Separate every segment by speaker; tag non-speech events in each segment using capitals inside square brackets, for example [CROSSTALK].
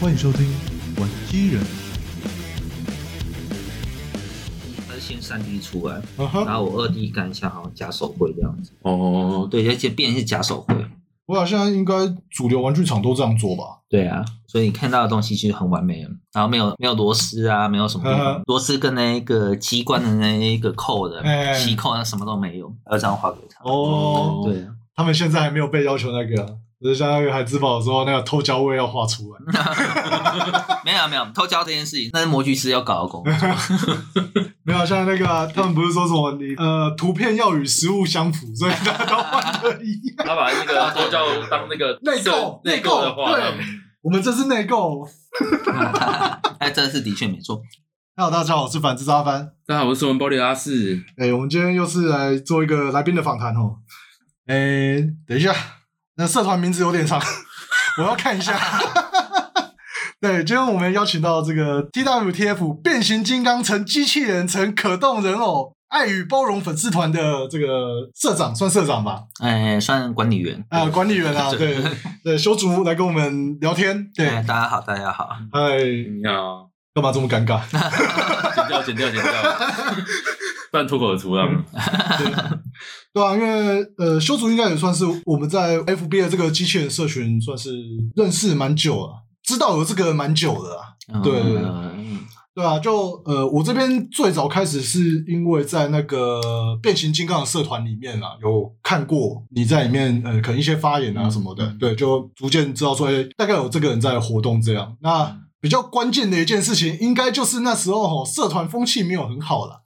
Speaker 1: 欢迎收听《玩机人》。
Speaker 2: 是先三 D 出来，
Speaker 1: 啊
Speaker 2: 然
Speaker 1: 哈，
Speaker 2: 后我二 D 感一下，好像假手绘这样子。
Speaker 3: 哦，
Speaker 2: 对，而且变成是假手绘。
Speaker 1: 我想现在应该主流玩具厂都这样做吧？
Speaker 2: 对啊，所以你看到的东西其实很完美了，然后没有没有螺丝啊，没有什么地
Speaker 1: 嗯
Speaker 2: 方螺丝跟那个机关的那一个扣的
Speaker 1: 哎
Speaker 2: 吸扣啊，什么都没有，要这样画给他。
Speaker 1: 哦，
Speaker 2: 对啊，
Speaker 1: 他们现在还没有被要求那个啊，就是像那个海之宝说那个偷胶位要画出来，
Speaker 2: 没有没有偷胶这件事情，那是模具师要搞的 [LAUGHS] 工作。
Speaker 1: 没有像那个啊他们不是说什么你呃图片要与实物相符，所以大家都画的一样。
Speaker 3: 他把那个偷胶当那个
Speaker 1: 内购
Speaker 3: 购内
Speaker 1: 购
Speaker 3: 的话，
Speaker 1: 对， [LAUGHS] 我们这是内购。
Speaker 2: 哎，这是的确没错。
Speaker 1: Hello，大家好，我是反之阿帆。
Speaker 3: 大家好，我是文暴力的阿四。
Speaker 1: 哎、我们今天又是来做一个来宾的访谈哦。哎、等一下，那社团名字有点长， [LAUGHS] 我要看一下。 [LAUGHS] 对，今天我们邀请到这个 TWTF 变形金刚成机器人成可动人偶爱与包容粉丝团的这个社长，算社长吧，
Speaker 2: 哎，算管理员
Speaker 1: 啊、管理员啊，对对，修竹来跟我们聊天。对，
Speaker 2: 哎，大家好，大家好。
Speaker 1: 哎，
Speaker 3: 你好，
Speaker 1: 干嘛这么尴尬？
Speaker 3: 剪掉，剪掉， [LAUGHS] 剪掉，不然脱口而出了。
Speaker 1: 对啊，因为呃，修竹应该也算是我们在 FB 的这个机器人社群算是认识蛮久了，知道有这个蛮久的啊。
Speaker 2: 嗯
Speaker 1: 对对对
Speaker 2: 嗯
Speaker 1: 对啊，就呃，我这边最早开始是因为在那个变形金刚的社团里面啊，有看过你在里面呃，可能一些发言啊什么的，
Speaker 2: 嗯
Speaker 1: 对，就逐渐知道说，哎，大概有这个人在活动这样。
Speaker 2: 嗯
Speaker 1: 那比较关键的一件事情，应该就是那时候吼、社团风气没有很好
Speaker 2: [LAUGHS]
Speaker 1: 啦。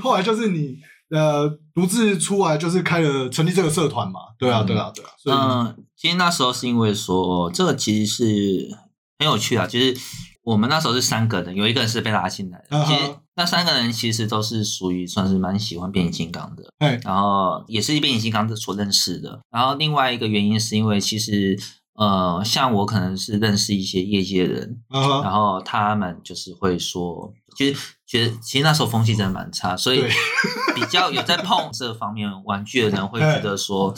Speaker 1: 后来就是你呃独自出来，就是开了成立这个社团嘛，对啊，对啊，对啊，所以、
Speaker 2: 嗯，其实那时候是因为说，这个其实是很有趣啊，就是我们那时候是三个人，有一个人是被拉进来
Speaker 1: 嗯
Speaker 2: 的，
Speaker 1: 哼
Speaker 2: 其实那三个人其实都是属于算是蛮喜欢变形金刚的，
Speaker 1: 哎
Speaker 2: 然后也是变形金刚所认识的，然后另外一个原因是因为其实。呃，像我可能是认识一些业界人，
Speaker 1: 啊哈、
Speaker 2: 然后他们就是会说，其实觉得其实那时候风气真的蛮差，所以
Speaker 1: 对
Speaker 2: 比较有在碰这方面玩具的人会觉
Speaker 1: [LAUGHS]
Speaker 2: 得说，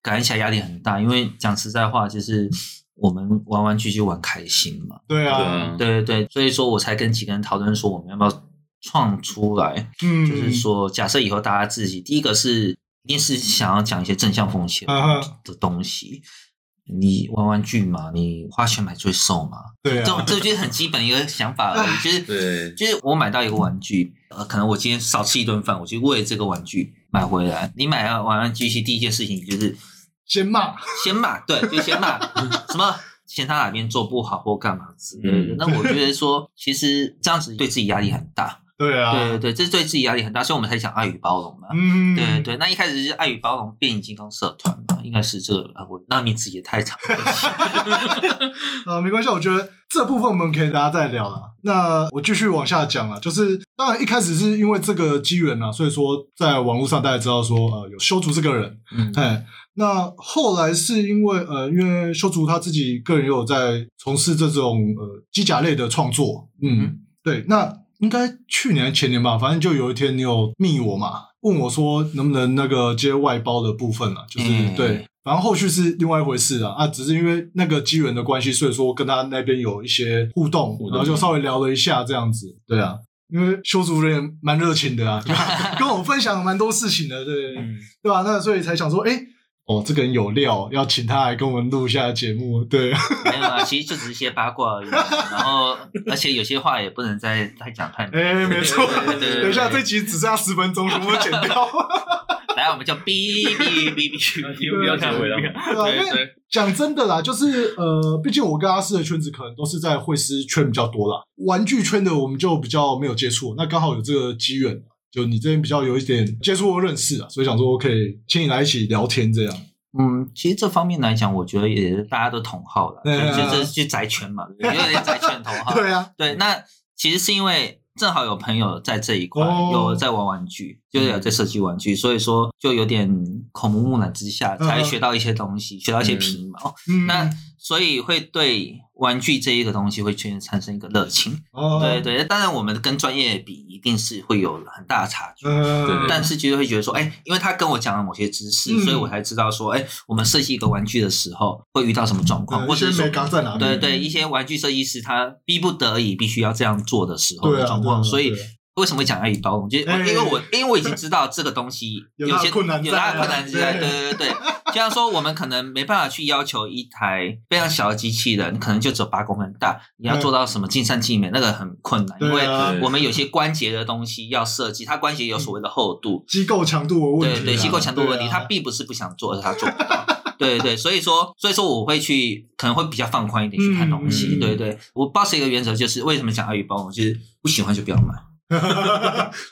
Speaker 2: 感觉起来压力很大，因为讲实在话，就是我们玩玩具就玩开心嘛，
Speaker 1: 对
Speaker 3: 对
Speaker 1: 啊，
Speaker 3: 啊，
Speaker 2: 对对对，所以说我才跟几个人讨论说，我们要不要创出来，
Speaker 1: 嗯，
Speaker 2: 就是说，假设以后大家自己，第一个是一定是想要讲一些正向风险
Speaker 1: 啊哈
Speaker 2: 的东西。你玩玩具嘛，你花钱买罪受嘛，
Speaker 1: 对
Speaker 2: 这种
Speaker 1: 啊，
Speaker 2: 这就是很基本的一个想法而已，就是
Speaker 3: 对
Speaker 2: 就是我买到一个玩具，呃，可能我今天少吃一顿饭，我就为了这个玩具买回来。你买了玩玩具，其实第一件事情就是
Speaker 1: 先骂，
Speaker 2: 先骂，
Speaker 1: [LAUGHS]
Speaker 2: 对，就先骂什么嫌他哪边做不好或干嘛之类的。
Speaker 3: 嗯
Speaker 2: 那我觉得说，其实这样子对自己压力很大，
Speaker 1: 对啊，
Speaker 2: 对对对，这是对自己压力很大，所以我们才讲爱与包容嘛。
Speaker 1: 嗯，
Speaker 2: 对对对，那一开始是爱与包容变形金刚社团嘛，应该是这个，啊我那名字也太长了。
Speaker 1: 啊，没关系，我觉得这部分我们可以大家再聊了。那我继续往下讲了，就是当然一开始是因为这个机缘啊，所以说在网络上大家知道说呃有修竹这个人，
Speaker 2: 嗯，
Speaker 1: 哎，那后来是因为呃因为修竹他自己个人也有在从事这种呃机甲类的创作，嗯，
Speaker 2: 嗯
Speaker 1: 对，那应该去年前年吧，反正就有一天你有密我嘛，问我说能不能那个接外包的部分啊，就是、
Speaker 2: 嗯
Speaker 1: 对。反正后续是另外一回事啊，啊，只是因为那个机缘的关系，所以说跟他那边有一些互动，
Speaker 3: 互动
Speaker 1: 然后就稍微聊了一下这样子，对啊，因为修竹人也蛮热情
Speaker 2: [LAUGHS]
Speaker 1: 的啊，对吧跟我分享蛮多事情的，对
Speaker 3: 嗯
Speaker 1: 对吧、那所以才想说，哎、哦，这个人有料，要请他来跟我们录一下节目，对，
Speaker 2: 没有啊，其实就只是一些八卦而已。然后，而且有些话也不能再再讲太明。
Speaker 1: 哎、没错，
Speaker 2: 对对对对
Speaker 1: 等一下这集只剩下十分钟，全部都剪
Speaker 2: [LAUGHS]
Speaker 1: 掉。
Speaker 2: 来，我们叫哔哔哔
Speaker 3: 那
Speaker 2: 哔。
Speaker 3: 题目不要结尾了。
Speaker 1: 对啊，因
Speaker 3: 对
Speaker 1: 为
Speaker 3: 对，
Speaker 1: 讲真的啦，就是呃，毕竟我跟阿四的圈子可能都是在会师圈比较多啦，玩具圈的我们就比较没有接触，那刚好有这个机缘，就你这边比较有一点接触或认识啊，所以想说可以请你来一起聊天这样。
Speaker 2: 嗯，其实这方面来讲，我觉得也是大家都同好了，
Speaker 1: 对啊
Speaker 2: 就就是去宅圈嘛，对不对有点宅圈同好。
Speaker 1: 对啊，
Speaker 2: [LAUGHS] 对，那其实是因为正好有朋友在这一块、
Speaker 1: 哦
Speaker 2: 有在玩玩具，就是有在设计玩具，所以说就有点口目目览之下，才
Speaker 1: 嗯
Speaker 2: 学到一些东西，学到一些皮毛。
Speaker 1: 嗯，
Speaker 2: 那所以会对玩具这一个东西会全产生一个热情。
Speaker 1: 哦，
Speaker 2: 对，对，当然我们跟专业比一定是会有很大的差距。
Speaker 1: 嗯，
Speaker 3: 对
Speaker 2: 但是就是会觉得说，哎、因为他跟我讲了某些知识，
Speaker 1: 嗯
Speaker 2: 所以我才知道说，哎、我们设计一个玩具的时候会遇到什么状况，
Speaker 1: 嗯
Speaker 2: 或
Speaker 1: 一些
Speaker 2: 者是说
Speaker 1: 美感在哪里？
Speaker 2: 对对，一些玩具设计师他逼不得已必须要这样做的时候
Speaker 1: 对
Speaker 2: 的
Speaker 1: 啊
Speaker 2: 状
Speaker 1: 对啊
Speaker 2: 况，
Speaker 1: 对啊
Speaker 2: 所以
Speaker 1: 对啊
Speaker 2: 为什么会讲爱与包容？就是我
Speaker 1: 哎
Speaker 2: 因为我因为我已经知道这个东西
Speaker 1: 有它
Speaker 2: 有
Speaker 1: 的
Speaker 2: 些
Speaker 1: 困难
Speaker 2: 有
Speaker 1: 在
Speaker 2: 它
Speaker 1: 啊
Speaker 2: 的困难之在，
Speaker 1: 对
Speaker 2: 对对对。就像说我们可能没办法去要求一台非常小的机器人，可能就只有八公分大，你要
Speaker 1: 嗯
Speaker 2: 做到什么尽善尽美，那个很困难，因
Speaker 1: 对
Speaker 2: 为
Speaker 1: 啊
Speaker 3: 对，
Speaker 2: 我们有些关节的东西要设计，它关节有所谓的厚度，
Speaker 1: 机构强度的问题啊，
Speaker 2: 对对，机构强度的问题，
Speaker 1: 对啊
Speaker 2: 他并不是不想做，而是他做不到。对对，所以说，所以说我会去，可能会比较放宽一点去看东西。
Speaker 1: 嗯嗯嗯
Speaker 2: 对对，我抱持一个原则，就是为什么讲爱与包容，就是不喜欢就不要买。
Speaker 1: [LAUGHS]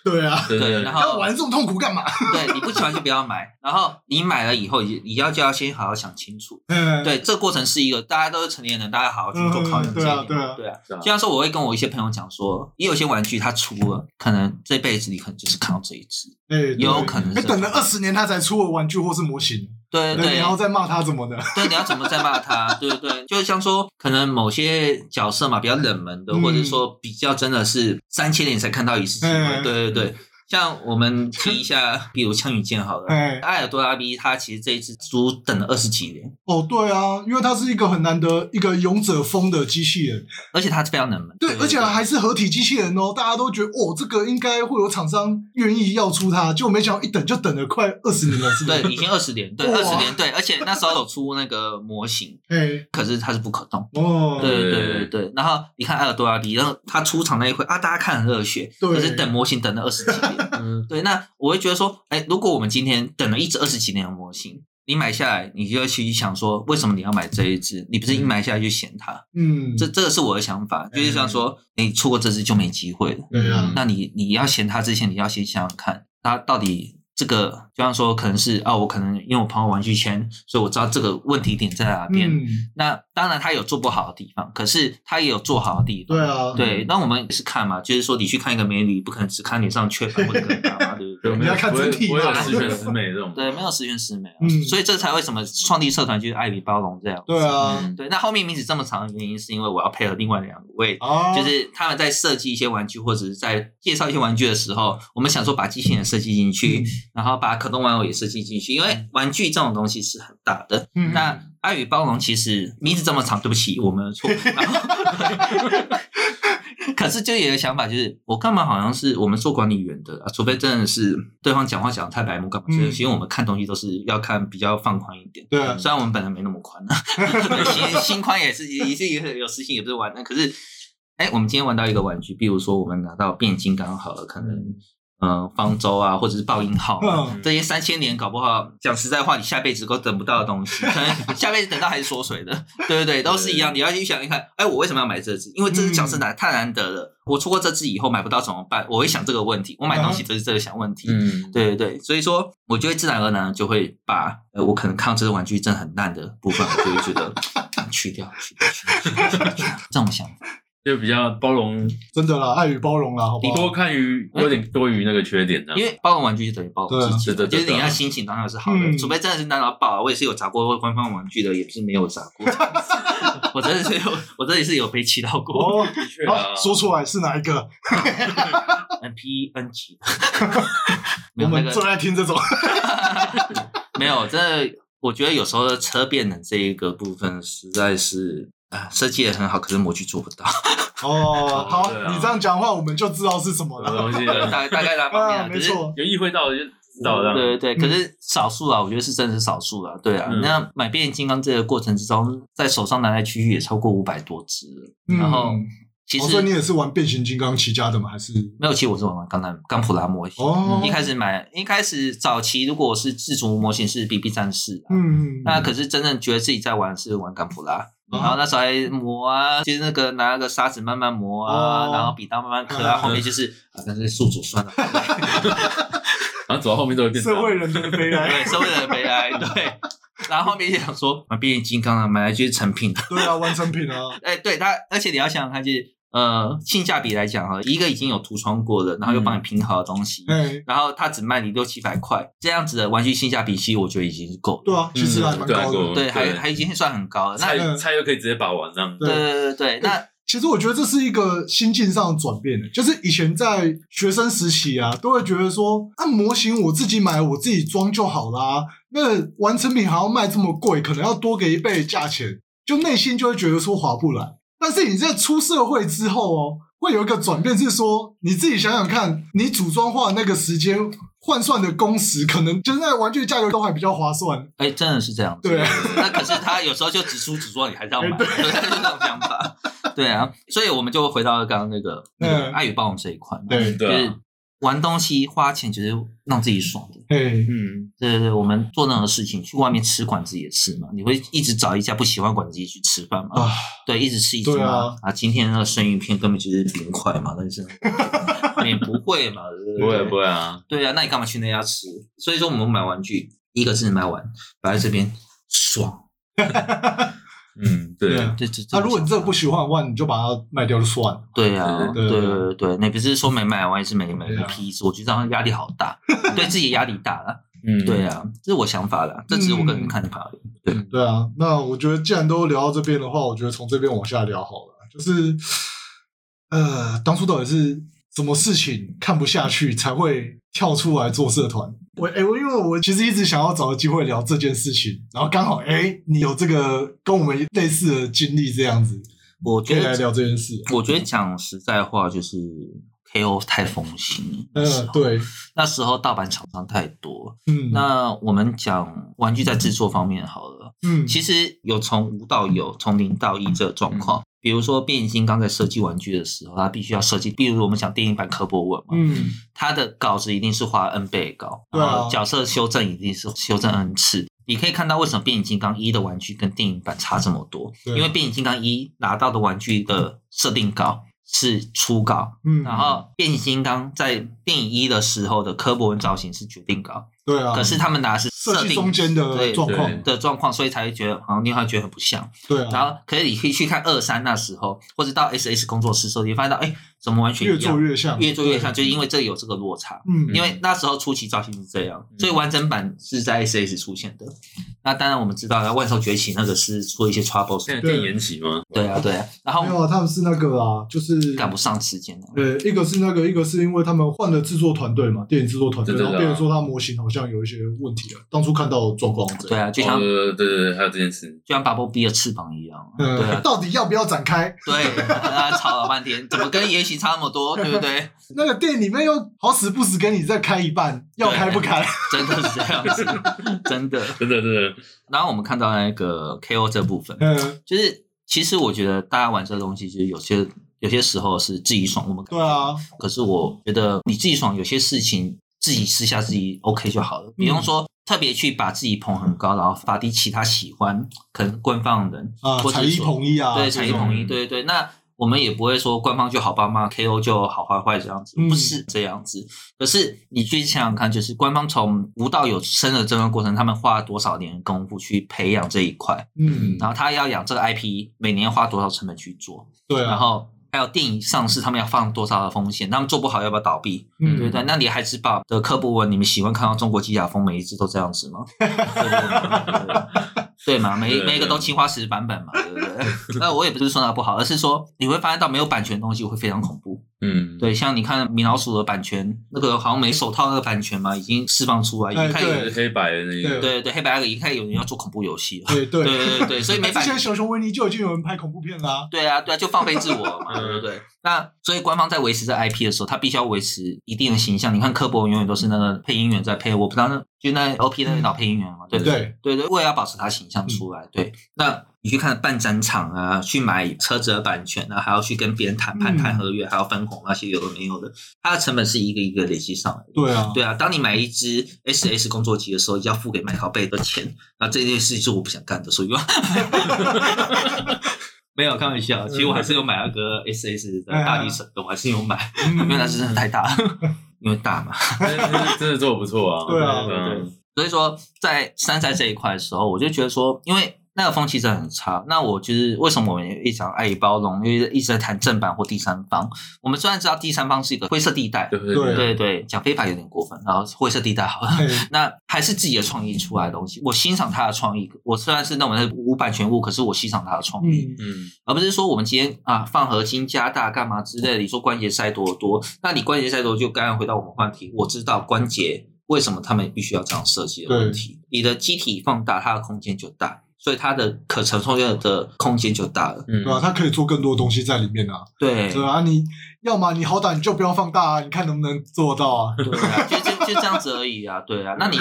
Speaker 1: 对啊，
Speaker 3: 对对
Speaker 2: 然后
Speaker 1: 要玩这种痛苦干嘛？
Speaker 2: 对，你不喜欢就不要买。然后你买了以后，你你要就要先好好想清楚。
Speaker 1: 嗯，
Speaker 2: 对，这过程是一个大家都是成年人，大家好好去做考
Speaker 1: 嗯，
Speaker 2: 量。
Speaker 1: 对啊，对啊，
Speaker 2: 对啊。
Speaker 3: 是啊
Speaker 2: 就像说，我会跟我一些朋友讲说，也有些玩具它出了，可能这辈子你可能就是看到这一只。
Speaker 1: 哎，对
Speaker 2: 有可能是
Speaker 1: 哎等了二十年他才出的玩具或是模型，
Speaker 2: 对对
Speaker 1: 对，
Speaker 2: 对，
Speaker 1: 然后再骂他怎么的？
Speaker 2: 对，你要怎么再骂他？ [LAUGHS] 对对对，就是像说，可能某些角色嘛，比较冷门的，
Speaker 1: 嗯
Speaker 2: 或者说比较真的是三千年才看到一次机会。
Speaker 1: 嗯
Speaker 2: 对对对，像我们提一
Speaker 1: [LAUGHS]
Speaker 2: 下，比如《枪与剑》好了，
Speaker 1: 哎
Speaker 2: 艾尔多拉比他其实这一次足等了二十几年，
Speaker 1: 哦，对啊，因为它是一个很难得一个勇者风的机器人，
Speaker 2: 而且他非常冷门。
Speaker 1: 对，而且还是合体机器人哦，大家都觉得哦，这个应该会有厂商愿意要出它，就没想到一等就等了快二十年了，是不
Speaker 2: 对
Speaker 1: 是？
Speaker 2: 已经二十年，对
Speaker 1: 哇
Speaker 2: 二十年，对，而且那时候有出那个模型，
Speaker 1: 哎，
Speaker 2: 可是它是不可动。
Speaker 1: 哦，
Speaker 2: 对
Speaker 3: 对
Speaker 2: 对对对，然后你看艾尔多拉比，然后他出场那一回啊，大家看很热血，
Speaker 1: 对
Speaker 2: 可是等模型等了二十几年。
Speaker 3: 嗯，
Speaker 2: 对，那我会觉得说，哎，如果我们今天等了一只二十几年的模型，你买下来，你就要去想说，为什么你要买这一只？你不是一买下来就嫌它？
Speaker 1: 嗯，
Speaker 2: 这这个是我的想法，就是想说，你错过这只就没机会了。
Speaker 1: 对啊，
Speaker 2: 那你你要嫌它之前，你要先想想看，它到底这个，就像说，可能是啊，我可能因为我朋友玩具圈，所以我知道这个问题点在哪边。
Speaker 1: 嗯，
Speaker 2: 那当然，他有做不好的地方，可是他也有做好的地方。
Speaker 1: 对啊，
Speaker 2: 对，那我们也是看嘛，就是说你去看一个美女，不可能只看脸上缺乏或者干嘛，对不
Speaker 3: [LAUGHS] 对，
Speaker 2: 对？
Speaker 3: 没
Speaker 1: 你
Speaker 3: 有
Speaker 1: 要看
Speaker 3: 不会
Speaker 1: 整体
Speaker 3: 不会有
Speaker 1: 嘛
Speaker 3: 十全十美这种，
Speaker 2: 对，没有十全十美啊，
Speaker 1: 嗯
Speaker 2: 所以这才为什么创立社团就是爱与包容这样。
Speaker 1: 对啊，
Speaker 3: 嗯，
Speaker 2: 对，那后面名字这么长的原因是因为我要配合另外两位，
Speaker 1: 啊，
Speaker 2: 就是他们在设计一些玩具或者是在介绍一些玩具的时候，我们想说把机器人设计进去，
Speaker 1: 嗯
Speaker 2: 然后把可动玩偶也设计进去，因为玩具这种东西是很大的。
Speaker 1: 嗯
Speaker 2: 那爱与包容其实名字这么长，对不起，我们
Speaker 1: [LAUGHS]
Speaker 2: 的错。然后可是就有一个想法，就是我干嘛好像是我们做管理员的、啊，除非真的是对方讲话讲的太白目，干嘛？所以
Speaker 1: 嗯
Speaker 2: 其实我们看东西都是要看比较放宽一点。
Speaker 1: 对啊
Speaker 2: 虽然我们本来没那么宽、啊，对心心宽也是也是有有私心，也不是玩的。可是，哎，我们今天玩到一个玩具，比如说我们拿到变金刚好了，可能嗯、呃方舟啊，或者是爆音号啊、
Speaker 1: 嗯，
Speaker 2: 这些三千年，搞不好讲实在话，你下辈子都等不到的东西，可能下辈子等到还是缩水的，对不对？都是一样。你要去想一看，哎，我为什么要买这只？因为这只角色难太难得了，我错过这只以后买不到怎么办？我会想这个问题。我买东西都是这个想问题。
Speaker 3: 嗯，
Speaker 2: 对对对，所以说我就会自然而然地就会把呃，我可能看到这个玩具真的很烂的部分，我就会觉得 [LAUGHS] 啊去掉，去掉，去掉，去掉，去掉这种想法。
Speaker 3: 就比较包容，
Speaker 2: 哦
Speaker 1: 真的啦，爱与包容啦，好不
Speaker 3: 你
Speaker 1: 好？
Speaker 3: 多看于有点多于那个缺点啊的，
Speaker 2: 因为包容玩具就等于包容自己嘛，
Speaker 3: 对啊对对
Speaker 2: 就
Speaker 3: 对
Speaker 2: 是你要心情当然是好的，
Speaker 1: 嗯
Speaker 2: 除非真的是烂到爆啊！我也是有砸过官方玩具的，也不是没有砸过，
Speaker 1: [LAUGHS]
Speaker 2: 我真的是有，我真的是有被气到过。
Speaker 1: 哦，
Speaker 3: 的确啊
Speaker 1: 好，，说出来是哪一个？
Speaker 2: N P
Speaker 1: [LAUGHS]
Speaker 2: N 级，没
Speaker 1: 我
Speaker 2: 有那
Speaker 1: 们最
Speaker 2: 个
Speaker 1: 爱听这种，
Speaker 2: 没有，真的，我觉得有时候的车变的这一个部分实在是啊，设计的很好，可是模具做不到， [LAUGHS]
Speaker 1: 哦，好，
Speaker 3: 对啊
Speaker 1: 你这样讲话，我们就知道是什么
Speaker 3: 什
Speaker 1: 了。
Speaker 3: 么东西
Speaker 2: 对 [LAUGHS]
Speaker 3: 的，
Speaker 2: 大大概那方面
Speaker 1: 啊，
Speaker 2: 啊，
Speaker 1: 没
Speaker 2: 可是
Speaker 1: 错，
Speaker 3: 有意会到的就知道了，
Speaker 2: 对对对，
Speaker 1: 嗯
Speaker 2: 可是少数啊，我觉得是真的是少数啊，对啊。
Speaker 3: 嗯
Speaker 2: 那买变形金刚这个过程之中，在手上拿来区域也超过五百多只了，然后
Speaker 1: 嗯
Speaker 2: 其
Speaker 1: 哦
Speaker 2: 实、
Speaker 1: 所以你也是玩变形金刚起家的吗？还是
Speaker 2: 没有，其实我是玩钢弹钢普拉模型。
Speaker 1: 哦
Speaker 2: 嗯一开始买，一开始早期如果我是自主模型是 BB 战士、啊，
Speaker 1: 嗯，
Speaker 2: 那可是真正觉得自己在玩是玩钢普拉。
Speaker 1: 哦
Speaker 2: 然后那时候还磨啊，就是那个拿那个砂纸慢慢磨啊，
Speaker 1: 哦
Speaker 2: 然后笔刀慢慢刻啊，
Speaker 1: 嗯
Speaker 2: 后面就是啊，干脆宿主
Speaker 1: [LAUGHS]
Speaker 2: 算了，
Speaker 3: 然后走到后面都会变
Speaker 1: 社会
Speaker 3: 人，
Speaker 1: 人的悲
Speaker 2: [LAUGHS]
Speaker 1: 哀。
Speaker 2: 对，社会的悲哀，对。然后后面就想说，啊，变形金刚啊，买来就是成品的，
Speaker 1: 对啊，完成品啊，
Speaker 2: 哎，对它，而且你要想想看，就是呃性价比来讲哈，一个已经有涂装过了，然后又
Speaker 1: 嗯
Speaker 2: 帮你拼好的东西，
Speaker 1: 哎，
Speaker 2: 然后它只卖你六七百块，这样子的玩具性价比，其实我觉得已经是够了。
Speaker 1: 对啊，其实
Speaker 3: 嗯
Speaker 1: 还蛮
Speaker 3: 对啊
Speaker 1: 高
Speaker 3: 够
Speaker 1: 的
Speaker 3: 了。
Speaker 2: 对，还
Speaker 3: 对
Speaker 2: 还已经算很高了。那
Speaker 3: 菜
Speaker 1: 嗯
Speaker 3: 菜又可以直接把玩这样。
Speaker 2: 对对对对，那
Speaker 1: 其实我觉得这是一个心境上的转变的，就是以前在学生时期啊，都会觉得说，按模型我自己买，我自己装就好啦。那完成品还要卖这么贵，可能要多给一倍的价钱，就内心就会觉得说划不来。但是你在出社会之后哦，会有一个转变，是说你自己想想看，你组装化那个时间换算的工时，可能就是那个玩具价格都还比较划算。
Speaker 2: 哎，真的是这样子。
Speaker 1: 对啊，哎
Speaker 2: 那可是他有时候就只输只说你还是要买，就是 [LAUGHS] 这种想法。对啊，所以我们就回到刚刚那个那个
Speaker 1: 嗯
Speaker 2: 爱与包容这一块嘛，
Speaker 1: 对，
Speaker 2: 就
Speaker 3: 对
Speaker 2: 是
Speaker 3: 啊，
Speaker 2: 玩东西花钱就是让自己爽的。
Speaker 1: 哎，
Speaker 3: 嗯，
Speaker 2: 对对对，我们做任何事情，去外面吃馆子也是嘛，你会一直找一家不喜欢馆子一起去吃饭嘛？
Speaker 1: 啊，
Speaker 2: 对，一直吃一直
Speaker 1: 对
Speaker 2: 骂
Speaker 1: 啊
Speaker 2: 今天那个生鱼片根本就是冰块嘛，但是
Speaker 1: [LAUGHS]
Speaker 2: 也不会嘛，对
Speaker 3: 不
Speaker 2: 嗯对
Speaker 3: 会不会啊，
Speaker 2: 对啊，那你干嘛去那家吃？所以说我们买玩具，一个是买玩，摆在这边爽。
Speaker 3: 嗯，对
Speaker 1: 对，啊
Speaker 2: 对对，
Speaker 1: 那、如果你真的不喜欢的话，你就把它卖掉就算了。
Speaker 2: 对啊，
Speaker 1: 对对
Speaker 2: 对对
Speaker 1: 对
Speaker 2: 对对，你不是说没买完，也是没买
Speaker 1: 对啊
Speaker 2: 一批次，我觉得这样压力好
Speaker 1: [LAUGHS]
Speaker 2: 大，对自己压力大了。
Speaker 3: 嗯
Speaker 2: 对啊，这是我想法啦，这只是我
Speaker 1: 嗯
Speaker 2: 个人看法而已。
Speaker 1: 对啊，那我觉得既然都聊到这边的话，我觉得从这边往下聊好了。就是，呃，当初到底是什么事情看不下去才会跳出来做社团？我哎、我因为我其实一直想要找个机会聊这件事情，然后刚好哎、你有这个跟我们类似的经历，这样子
Speaker 2: 我
Speaker 1: 可
Speaker 2: 觉
Speaker 1: 以来
Speaker 2: 得
Speaker 1: 聊这件事。
Speaker 2: 我觉得讲实在话，就是 KO 太风行，
Speaker 1: 嗯、
Speaker 2: 那时候
Speaker 1: 对，
Speaker 2: 那时候盗版厂商太多。
Speaker 1: 嗯，
Speaker 2: 啊那我们讲玩具在制作方面好了，
Speaker 1: 嗯，
Speaker 2: 其实有从无到有，从零到一这个状况。
Speaker 1: 嗯
Speaker 2: 比如说变形金刚在设计玩具的时候，它必须要设计，比如我们讲电影版科博文嘛，
Speaker 1: 嗯，
Speaker 2: 它的稿子一定是画 n 倍高，
Speaker 1: 对啊
Speaker 2: 然后角色修正一定是修正 n 次。你可以看到为什么变形金刚一的玩具跟电影版差这么多，
Speaker 1: 对啊
Speaker 2: 因为变形金刚一拿到的玩具的设定稿是初稿，
Speaker 1: 嗯，
Speaker 2: 然后变形金刚在电影一的时候的柯博文造型是决定稿，
Speaker 1: 对啊，
Speaker 2: 可是他们拿的是设
Speaker 1: 设计
Speaker 2: 定
Speaker 1: 中间的
Speaker 2: 对
Speaker 1: 状况
Speaker 3: 对，
Speaker 2: 的状况，所以才会觉得好像你会觉得很不像。
Speaker 1: 对啊，
Speaker 2: 然后，可是你可以去看二三那时候，或者到 S S 工作室的时候，你会发现到哎，怎么完全
Speaker 1: 越
Speaker 2: 一
Speaker 1: 做
Speaker 2: 样，
Speaker 1: 越像，
Speaker 2: 越做越像，就是因为这有这个落差。
Speaker 1: 嗯，
Speaker 2: 因为那时候初期造型是这样，
Speaker 3: 嗯
Speaker 2: 所以完整版是在 S S 出现的。那当然我们知道，然后万兽崛起那个是出了一些 troubles，
Speaker 3: 现在电影延期吗？
Speaker 2: 对啊对啊，然
Speaker 1: 没
Speaker 2: 后
Speaker 1: 有啊，他们是那个啊，就是
Speaker 2: 赶不上时间了。
Speaker 1: 对，一个是那个，一个是因为他们换了制作团队嘛，电影制作团队，
Speaker 3: 对对
Speaker 1: 然后
Speaker 3: 对啊
Speaker 1: 变成说他模型好像有一些问题了，啊当初看到的状况这
Speaker 2: 对
Speaker 1: 样。
Speaker 2: 啊，就
Speaker 3: 哦
Speaker 2: 像就
Speaker 3: 对对对，还有这件事，
Speaker 2: 像 Bubble B 的翅膀一样，对
Speaker 1: 嗯，
Speaker 2: 啊
Speaker 1: 到底要不要展开？
Speaker 2: 对， [LAUGHS] 大家吵了半天，怎么跟也许差那么多，对不对？
Speaker 1: 那个电影里面又好死不死跟你再开一半，要开不开？
Speaker 2: 真的是这样子，真的。
Speaker 3: 真的真的，
Speaker 2: 然后我们看到那个 KO 这部分，
Speaker 1: 嗯，
Speaker 2: 就是其实我觉得大家玩这东西，就是有些有些时候是自己爽，我们
Speaker 1: [LAUGHS] 对啊，
Speaker 2: 可是我觉得你自己爽，有些事情自己试下自己 OK 就好了，不
Speaker 1: 嗯
Speaker 2: 用说特别去把自己捧很高，然后发低其他喜欢可能官方人
Speaker 1: 啊，
Speaker 2: 或者
Speaker 1: 才
Speaker 2: 是
Speaker 1: 艺
Speaker 2: 说
Speaker 1: 统一啊，
Speaker 2: 对，
Speaker 1: 这
Speaker 2: 才艺
Speaker 1: 种
Speaker 2: 统一，对对对。那我们也不会说官方就好棒棒，KO 就好坏坏这样子，
Speaker 1: 嗯
Speaker 2: 不是这样子。可是你去想想看，就是官方从无到有生的这段过程，他们花了多少年的功夫去培养这一块，
Speaker 1: 嗯，
Speaker 2: 然后他要养这个 IP，每年要花多少成本去做，
Speaker 1: 对
Speaker 2: 然
Speaker 1: 啊，
Speaker 2: 后还有电影上市，他们要放多少的风险，他们做不好要不要倒闭，
Speaker 1: 嗯，
Speaker 2: 对不对？那你还知道的科博文，你们喜欢看到中国机甲风每一只都这样子吗？对不对对嘛，每
Speaker 3: 对对
Speaker 2: 每一个都青花瓷版本嘛，对不对？那我也不是说它不好，而是说你会发现到没有版权的东西会非常恐怖。
Speaker 3: 嗯，
Speaker 2: 对，像你看米老鼠的版权，那个好像没手套那个版权嘛，已经释放出来，已
Speaker 1: 哎
Speaker 2: 经开
Speaker 1: 对
Speaker 2: 始
Speaker 3: 就是黑白的那
Speaker 1: 对
Speaker 3: 个，
Speaker 2: 对对黑白那个已经开始有人要做恐怖游戏了。
Speaker 1: 对
Speaker 2: 对
Speaker 1: 对。
Speaker 2: 对对对，所以没
Speaker 1: 之
Speaker 2: 版
Speaker 1: 前熊熊维尼就已经有人拍恐怖片啦，
Speaker 2: 对啊，对啊，就放飞自我嘛，
Speaker 3: 嗯
Speaker 2: 对不对？那所以官方在维持这 IP 的时候，他必须要维持一定的形象。你看科博文永远都是那个配音员在配，我不知道那就那 LP 那个老配音员嘛，对不对？
Speaker 1: 对，
Speaker 2: 对对，为了要保持他形象出来，对。那你去看办展场啊，去买车子的版权啊，还要去跟别人谈判、
Speaker 1: 嗯
Speaker 2: 谈合约，还要分红那些有的没有的，它的成本是一个一个累积上来的。
Speaker 1: 对啊，
Speaker 2: [LAUGHS] 对啊，当你买一只 SS 工作机的时候，要付给麦考贝的钱，那这件事情是我不想干的，所以我没有开玩笑，其实我还是有买那个 SS 的大力神的，我还是有买，因为那只真的太大了，因为大嘛。
Speaker 3: 对，真的做的不错啊，
Speaker 1: [LAUGHS] 对啊
Speaker 3: 对
Speaker 2: 所以说在山寨这一块的时候，我就觉得说，因为那个风气真的很差。那我就是为什么我们一直讲爱与包容，因为一直在谈正版或第三方。我们虽然知道第三方是一个灰色地带，
Speaker 3: 对对啊嗯
Speaker 1: 对
Speaker 2: 对
Speaker 3: 对，
Speaker 2: 对，讲非法有点过分，然后灰色地带好了。
Speaker 1: 嘿
Speaker 2: 那还是自己的创意出来的东西，我欣赏他的创意。我虽然是认为是无版权物，可是我欣赏他的创 [LAUGHS] 意。
Speaker 1: 嗯，
Speaker 3: 嗯，
Speaker 2: 而不是说我们今天啊放合金加大干嘛之类的，你说关节塞多多，那你关节塞多就刚刚回到我们话题，我知道关节为什么他们必须要这样设计的问题，你的机体放大，它的空间就大。所以它的可承受的空间就大了，
Speaker 3: 嗯
Speaker 1: 对吧、啊？他可以做更多东西在里面啊，
Speaker 2: 对
Speaker 1: 对啊，你要么你好歹你就不要放大啊，你看能不能做到啊？
Speaker 2: 对啊，就就就这样子而已啊，对啊。那你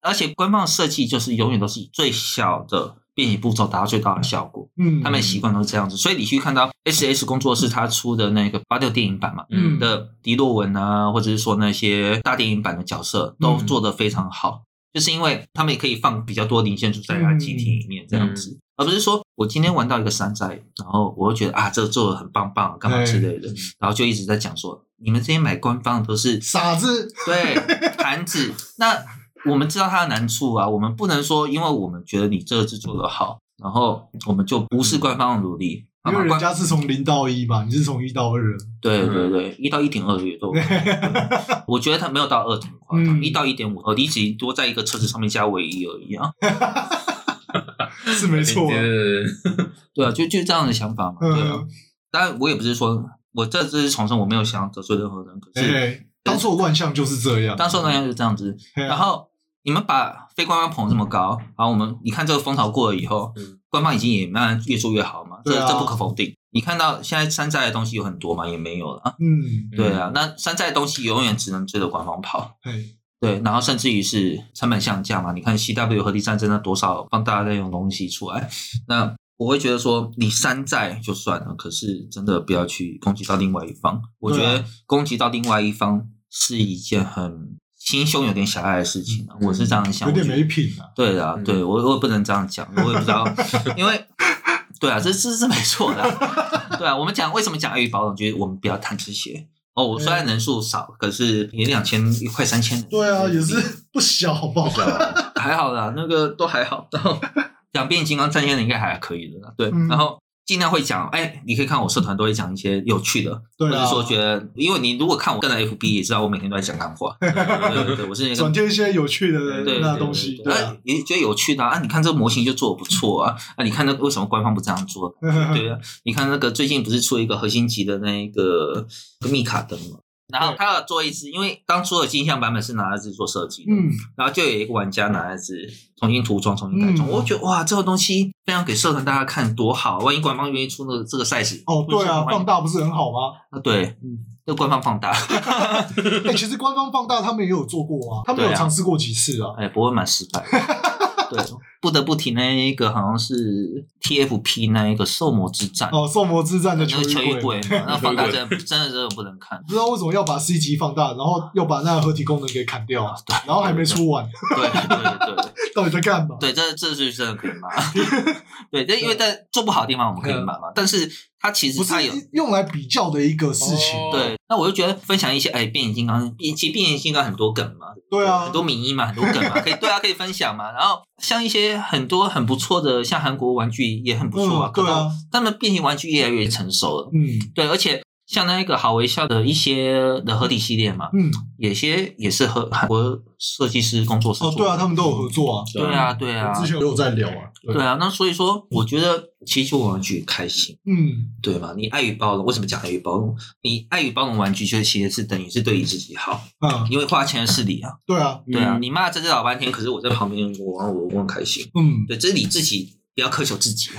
Speaker 2: 而且官方的设计就是永远都是以最小的便捷步骤达到最大的效果，
Speaker 1: 嗯，
Speaker 2: 他们的习惯都是这样子。所以你去看到 H S 工作室他出的那个八六电影版嘛，
Speaker 1: 嗯
Speaker 2: 的迪洛文啊，或者是说那些大电影版的角色都做得非常好，就是因为他们也可以放比较多零线组在他的机体里面这样子，而不是说我今天玩到一个山寨，然后我就觉得啊这个做的很棒棒，干嘛之类的，然后就一直在讲说你们这些买官方都是
Speaker 1: 傻子，
Speaker 2: 对盘子，那我们知道它的难处啊，我们不能说因为我们觉得你这个制作的好，然后我们就不是官方的努力。好
Speaker 1: 嗯因
Speaker 2: 吗
Speaker 1: 为人
Speaker 2: 官
Speaker 1: 家是从零到一嘛，你是从一到二，
Speaker 2: 对对对，
Speaker 1: 嗯
Speaker 2: 一到一点二也都有，
Speaker 1: [LAUGHS]
Speaker 2: 我觉得他没有到二这么夸张，
Speaker 1: 嗯
Speaker 2: 一到一点五，呃，你只多在一个车子上面加唯一而已啊。
Speaker 1: 是没错啊、
Speaker 3: 对对
Speaker 2: 对啊，就就这样的想法嘛。对啊，
Speaker 1: 嗯，
Speaker 2: 当然我也不是说我这次重生，我没有想得罪任何人，可
Speaker 1: 哎、
Speaker 2: 是
Speaker 1: 当初的乱象就是这样，
Speaker 2: 当时那样就是这样子。
Speaker 1: 嘿啊嗯
Speaker 2: 然后你们把非官方捧这么高，然后我们你看这个风潮过了以后
Speaker 3: 嗯，
Speaker 2: 官方已经也慢慢越做越好嘛，这
Speaker 1: 对啊
Speaker 2: 这不可否定。你看到现在山寨的东西有很多嘛，也没有了啊。
Speaker 1: 嗯，
Speaker 3: 嗯
Speaker 2: 对啊，那山寨的东西永远只能追着官方跑。
Speaker 1: 嘿，
Speaker 2: 对，然后甚至于是成本下降嘛，你看 CW 和第三真的多少放大那种东西出来，那我会觉得说你山寨就算了，可是真的不要去攻击到另外一方，我觉
Speaker 1: 对啊
Speaker 2: 得攻击到另外一方是一件很心胸有点狭隘的事情、啊，我是这样
Speaker 1: 嗯
Speaker 2: 想，
Speaker 1: 有点
Speaker 2: 我觉得
Speaker 1: 没品啊，
Speaker 2: 对啊，
Speaker 3: 嗯
Speaker 2: 对我我也不能这样讲，我也不
Speaker 1: [LAUGHS]
Speaker 2: 知道，因为对啊，这这是没错的啊、对啊，我们讲为什么讲爱与包容，就是我们不要谈这些。哦，我虽然人数少，可是也两千快三千人。
Speaker 1: 嗯对啊，也是不小，好不好？
Speaker 2: 还好啦，那个都还好。然后两边金刚战线的应该还可以的啦，对。
Speaker 1: 嗯
Speaker 2: 然后尽量会讲，哎，你可以看我社团都会讲一些有趣的，
Speaker 1: 对
Speaker 2: 或
Speaker 1: 啊，
Speaker 2: 者说觉得，因为你如果看我个人 FB 也知道我每天都在讲干
Speaker 1: [LAUGHS]
Speaker 2: 话，对对对，我是那
Speaker 1: 转
Speaker 2: 个。
Speaker 1: 接一些有趣
Speaker 2: 对
Speaker 1: 的
Speaker 2: 对
Speaker 1: 那
Speaker 2: 对
Speaker 1: 东西，
Speaker 2: 对
Speaker 1: 对
Speaker 2: 对
Speaker 1: 啊
Speaker 2: 啊，，也觉得有趣的啊！啊你看这个模型就做的不错啊！啊，你看那为什么官方不这样做？对
Speaker 1: 嗯
Speaker 2: 啊，你看那个最近不是出一个核心级的那个密卡灯嘛？然后他要做一只，因为当初的金像版本是拿来制作设计的，
Speaker 1: 嗯，
Speaker 2: 然后就有一个玩家拿来是重新涂装、重新改装，
Speaker 1: 嗯
Speaker 2: 我觉得哇，这个东西非常给社团大家看多好，啊万一官方愿意出那个这个 size，
Speaker 1: 哦，对啊，放嗯
Speaker 2: 大
Speaker 1: 大不是很好吗？ [LAUGHS]
Speaker 2: 啊，对，那官方放大，
Speaker 1: 哎、其实官方放大他们也有做过啊，他们有
Speaker 2: 对啊
Speaker 1: 尝试过几次啊。
Speaker 2: 哎，不过蛮失败的。对，不得不提那一个好像是 TFP 那一个兽魔之战，
Speaker 1: 哦，兽魔之战的
Speaker 2: 那
Speaker 1: 球
Speaker 2: 个球衣
Speaker 1: 衣柜
Speaker 2: 鬼，
Speaker 1: [LAUGHS]
Speaker 2: 嘛，那放大真的真的真的不能看。
Speaker 1: 不知道为什么要把 C 级放大，然后又把那个合体功能给砍掉，然后还没出完，
Speaker 2: 啊对对对
Speaker 1: 到底在干嘛？
Speaker 2: 对，这这是真的可以骂。对，这因为在做不好的地方我们可以骂嘛，但是它其
Speaker 1: 嗯
Speaker 2: 实
Speaker 1: 不
Speaker 2: 它有
Speaker 1: 是用来比较的一个事情。
Speaker 3: 哦
Speaker 2: 对，那我就觉得分享一些哎，变形金刚，以及变形金刚很多梗嘛，
Speaker 1: 对啊
Speaker 2: 很，多名医嘛，很多梗嘛，可以对啊，可以分享嘛。然后像一些很多很不错的，像韩国玩具也很不错啊，
Speaker 1: 嗯，对啊，
Speaker 2: 他们变形玩具越来越成熟了，
Speaker 1: 嗯
Speaker 2: 对，而且像那个好微笑的一些的合体系列嘛，
Speaker 1: 嗯，
Speaker 2: 有些也是和韩国设计师工作室
Speaker 1: 哦，对啊，
Speaker 2: 做的
Speaker 1: 他们都有合作啊。
Speaker 2: 对啊，对啊，
Speaker 1: 之前有在聊啊。
Speaker 2: 对，啊，那所以说，我觉得其实我玩具开心。
Speaker 1: 嗯，
Speaker 2: 对嘛？你爱与包容，为什么讲爱与包容？你爱与包容玩具，就是其实是等于是对你自己好，
Speaker 1: 啊，
Speaker 2: 因为花钱的是你啊，
Speaker 1: 对啊，
Speaker 2: 对啊，你骂这只老半天，可是我在旁边，我玩我我很开心，
Speaker 1: 嗯，
Speaker 2: 对，这是你自己不要苛求自己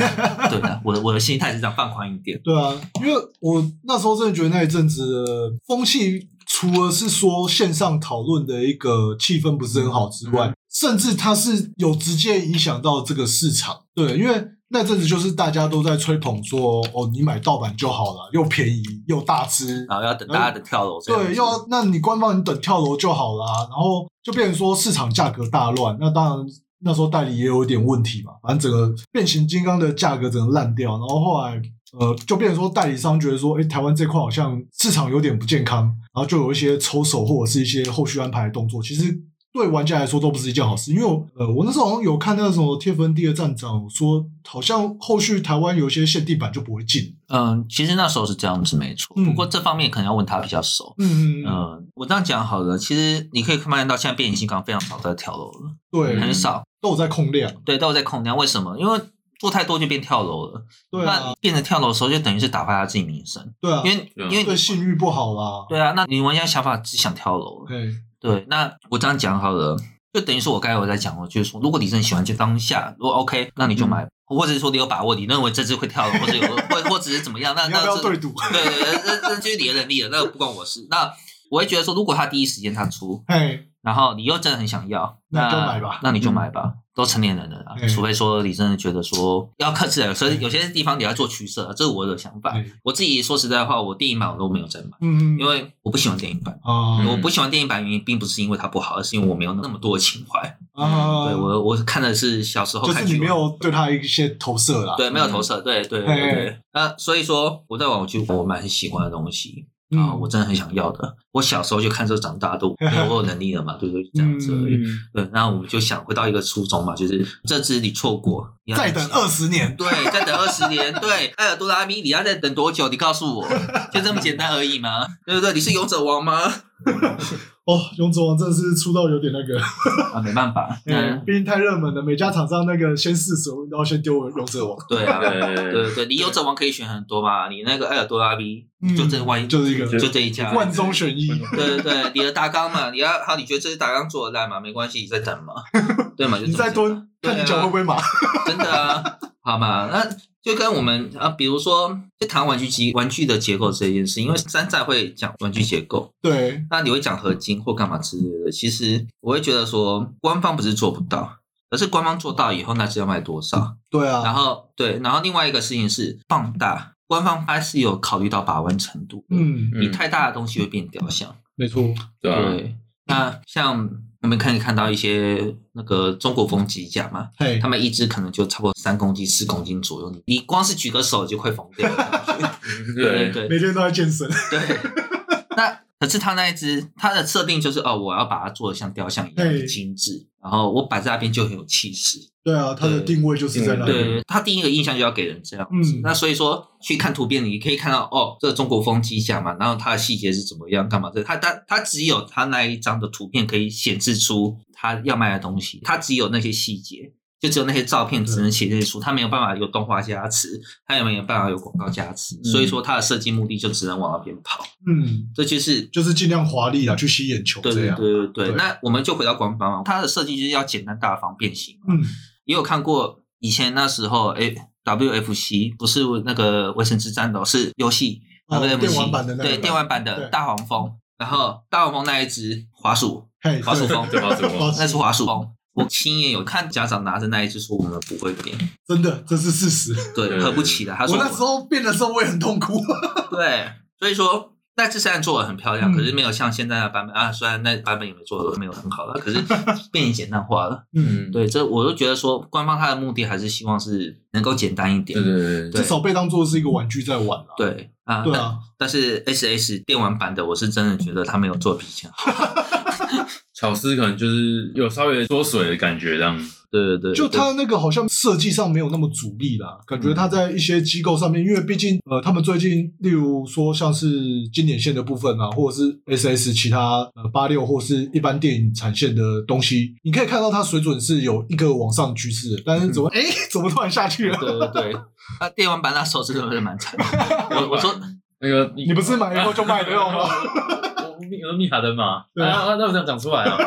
Speaker 1: [LAUGHS]
Speaker 2: 啊、对的、我的我的心态是这样，放宽一点，
Speaker 1: 对啊，因为我那时候真的觉得那一阵子的风气，除了是说线上讨论的一个气氛不是很好之外，甚至它是有直接影响到这个市场。对，因为那阵子就是大家都在吹捧说，哦，你买盗版就好了，又便宜又大只，
Speaker 2: 然后要等大家的跳楼这样子，
Speaker 1: 对，要那你官方你等跳楼就好啦，然后就变成说市场价格大乱，那当然那时候代理也有一点问题嘛，反正整个变形金刚的价格整个烂掉，然后后来呃就变成说代理商觉得说，哎、台湾这块好像市场有点不健康，然后就有一些抽手或者是一些后续安排的动作，其实。对玩家来说都不是一件好事，因为我呃，我那时候好像有看那个什么《天 n 第二站长》说，好像后续台湾有一些限定版就不会进。
Speaker 2: 嗯，其实那时候是这样子没错，
Speaker 1: 嗯
Speaker 2: 不过这方面可能要问他比较熟。
Speaker 1: 嗯
Speaker 2: 嗯，我这样讲好了，其实你可以发现到现在变形金刚非常少在跳楼了，
Speaker 1: 对，
Speaker 2: 很少。
Speaker 1: 都有在控量。
Speaker 2: 对，都有在空降，为什么？因为做太多就变跳楼了。
Speaker 1: 对
Speaker 2: 那
Speaker 1: 啊，
Speaker 2: 变成跳楼的时候，就等于是打败他自己名声，
Speaker 1: 对啊，
Speaker 2: 因为
Speaker 3: 对啊
Speaker 2: 因
Speaker 1: [LAUGHS]
Speaker 2: 为
Speaker 1: 对信誉不好啦。
Speaker 2: 对啊，那你玩家想法只想跳楼了。
Speaker 1: 对，
Speaker 2: 对，那我这样讲好了，就等于说我刚才我在讲过，就是说，如果你真的喜欢，就当下，如果 OK，那你
Speaker 1: 嗯
Speaker 2: 就买，或者是说你有把握，你认为这只会跳楼，或者有或或者是怎么样，那
Speaker 1: 你
Speaker 2: 那
Speaker 1: 要不要
Speaker 2: 这
Speaker 1: 对赌？ [LAUGHS]
Speaker 2: 对对对，那那就是你的能力了，那个不关我事。那我会觉得说，如果他第一时间他出，
Speaker 1: 嘿，
Speaker 2: 然后你又真的很想要，
Speaker 1: 那
Speaker 2: 那
Speaker 1: 就买吧
Speaker 2: 那你就买吧，都成年人了啦，
Speaker 1: 嗯
Speaker 2: 除非说你真的觉得说要克制了，所以有些地方你要做取舍，这是我的想法
Speaker 1: 嗯。
Speaker 2: 我自己说实在话，我电影版我都没有再买，
Speaker 1: 嗯，
Speaker 2: 因为我不喜欢电影版。
Speaker 1: 啊
Speaker 2: 我不喜欢电影版原因并不是因为它不好，而是因为我没有那么多的情怀。
Speaker 1: 啊，
Speaker 2: 对我，我看的是小时候
Speaker 1: 就
Speaker 2: 看
Speaker 1: 是
Speaker 2: 剧
Speaker 1: 你
Speaker 2: 本
Speaker 1: 没有嗯哎对他一些投射啦。
Speaker 2: 对没有投射，对对对对对。那所以说我在网剧我蛮喜欢的东西，
Speaker 1: 嗯，
Speaker 2: 啊，我真的很想要的。我小时候就看这长大
Speaker 1: [LAUGHS]
Speaker 2: 的，因为我有能力了嘛，对不对？这样子而已。
Speaker 3: 嗯，
Speaker 2: 对，那我们就想回到一个初衷嘛，就是这只你错过，你要
Speaker 1: 再等二十年。
Speaker 2: 对，再等二十年，对，埃尔多拉咪，你要再等多久？你告诉我，就这么简单而已吗？对不对？你是勇者
Speaker 1: [LAUGHS]
Speaker 2: 王吗？啊
Speaker 1: 哦，勇者王真的是出道有点那个， [LAUGHS]
Speaker 2: 啊，没办法，
Speaker 1: 嗯，
Speaker 2: 嗯，
Speaker 1: 毕竟太热门了，每家厂商那个先试手，然后先丢勇者王。
Speaker 2: 对啊，对
Speaker 3: 对，
Speaker 2: 对对，你勇者王可以选很多嘛，你那个埃尔多拉咪
Speaker 1: 嗯
Speaker 2: 就这万一
Speaker 1: 就是一个
Speaker 2: 就这一家。
Speaker 1: 万中选一，
Speaker 2: 对对啊对，你的大纲嘛，你要好，你觉得这只大纲做的烂嘛？没关系，你再等嘛，对嘛？就
Speaker 1: 你
Speaker 2: 这么
Speaker 1: 再
Speaker 2: 简
Speaker 1: 多
Speaker 2: 单
Speaker 1: 看
Speaker 2: 对
Speaker 1: 你
Speaker 2: 啊
Speaker 1: 脚会不会麻。
Speaker 2: 真的啊，好嘛，那就跟我们啊，比如说就谈玩具机玩具的结构这件事，因为山寨会讲玩具结构，
Speaker 1: [LAUGHS] 对，
Speaker 2: 那你会讲合金或干嘛之类的。其实我会觉得说，官方不是做不到，而是官方做到以后，那是要卖多少。
Speaker 1: 对啊，
Speaker 2: 然后对，然后另外一个事情是放大，官方它是有考虑到把玩程度，，
Speaker 1: 嗯，
Speaker 2: 你太大的东西会变雕像。
Speaker 1: 没错，
Speaker 3: 对啊，
Speaker 2: 对，那像我们可以看到一些那个中国风机甲嘛，
Speaker 1: 嘿
Speaker 2: 他，们一只可能就差不多三公斤、四公斤左右，你你光是举个手就快疯掉了。对
Speaker 3: 对，啊
Speaker 2: 对
Speaker 1: [LAUGHS] 每
Speaker 2: 对
Speaker 1: 天都在健身，
Speaker 2: 对。那可是他那一只，它的设定就是哦，我要把它做的像雕像一样
Speaker 1: 对
Speaker 2: 的精致，然后我摆在那边就很有气势。
Speaker 1: 对啊，他的
Speaker 2: 对
Speaker 1: 定位就是在那
Speaker 3: 嗯
Speaker 1: 里，
Speaker 2: 对，他第一个印象就要给人这样。
Speaker 1: 嗯，
Speaker 2: 那所以说，去看图片，你可以看到哦，这个中国风机甲嘛，然后它的细节是怎么样，干嘛的？它它它只有它那一张的图片可以显示出它要卖的东西，它只有那些细节，就只有那些照片
Speaker 1: 嗯
Speaker 2: 只能显示出，它没有办法有动画加持，它也没有办法有广告加持，
Speaker 3: 嗯
Speaker 2: 所以说它的设计目的就只能往那边跑，
Speaker 1: 嗯，
Speaker 2: 这就是。
Speaker 1: 就是尽量华丽啊，去吸眼球
Speaker 2: 对
Speaker 1: 这
Speaker 2: 对
Speaker 1: 样，
Speaker 2: 对对对，
Speaker 1: 对
Speaker 2: 那我们就回到官方嘛，它的设计就是要简单大方变形嘛。
Speaker 1: 嗯，
Speaker 2: 也有看过以前那时候，哎，WFC 不是那个《卫生之战斗》，是游戏
Speaker 1: 哦
Speaker 2: WFC、
Speaker 1: 电玩版的那个
Speaker 2: 对电玩版的
Speaker 1: 对
Speaker 2: 大黄蜂，然后大黄蜂那一只滑鼠，
Speaker 1: 嘿，
Speaker 2: 滑鼠
Speaker 1: 对
Speaker 2: 风，
Speaker 3: 对滑鼠风
Speaker 1: 滑鼠
Speaker 2: 那是滑鼠
Speaker 1: 哦
Speaker 2: 风。我亲眼有看家长拿着那一只说我们不会变，
Speaker 1: 真的这是事实。
Speaker 2: 对，
Speaker 3: 对
Speaker 2: 合不起来。他
Speaker 1: 我
Speaker 2: 说
Speaker 1: 那时候变的时候，我也很痛苦。
Speaker 2: 对，所以说那只虽然做的很漂亮，
Speaker 1: 嗯
Speaker 2: 可是没有像现在的版本啊，虽然那版本也没做的没有很好了，
Speaker 1: [LAUGHS]
Speaker 2: 可是变简单化了。
Speaker 1: 嗯，
Speaker 3: 嗯，对
Speaker 2: 对，这我就觉得说官方他的目的还是希望是能够简单一点。
Speaker 3: 对对
Speaker 1: 至
Speaker 3: 对，
Speaker 1: 少被当做是一个玩具在玩啦。
Speaker 2: 对啊，
Speaker 1: 对
Speaker 2: 但
Speaker 1: 啊，
Speaker 2: 但是 S S 电玩版的，我是真的觉得他没有做得比以前好。
Speaker 3: 巧思可能就是有稍微缩水的感觉，这样，
Speaker 2: 对对 [LAUGHS] 对，
Speaker 1: 就
Speaker 2: 对嗯
Speaker 1: 它那个好像设计上没有那么阻力啦，感觉它在一些机构上面，因为毕竟呃，他们最近例如说像是经典线的部分啊，或者是 S S 其他呃八六或是一般电影产线的东西，你可以看到它水准是有一个往上趋势的，
Speaker 2: 嗯
Speaker 1: 但是怎么哎、怎么突然下去了？
Speaker 2: 对对对，那呃电玩版那时候真的是蛮惨的。我我说
Speaker 3: 那个你
Speaker 1: 你不是买了后就卖的那种吗？
Speaker 3: [LAUGHS] 我密我密卡登嘛，
Speaker 1: [LAUGHS] 对
Speaker 3: 啊，
Speaker 1: 啊
Speaker 3: 啊那我这样讲出来啊，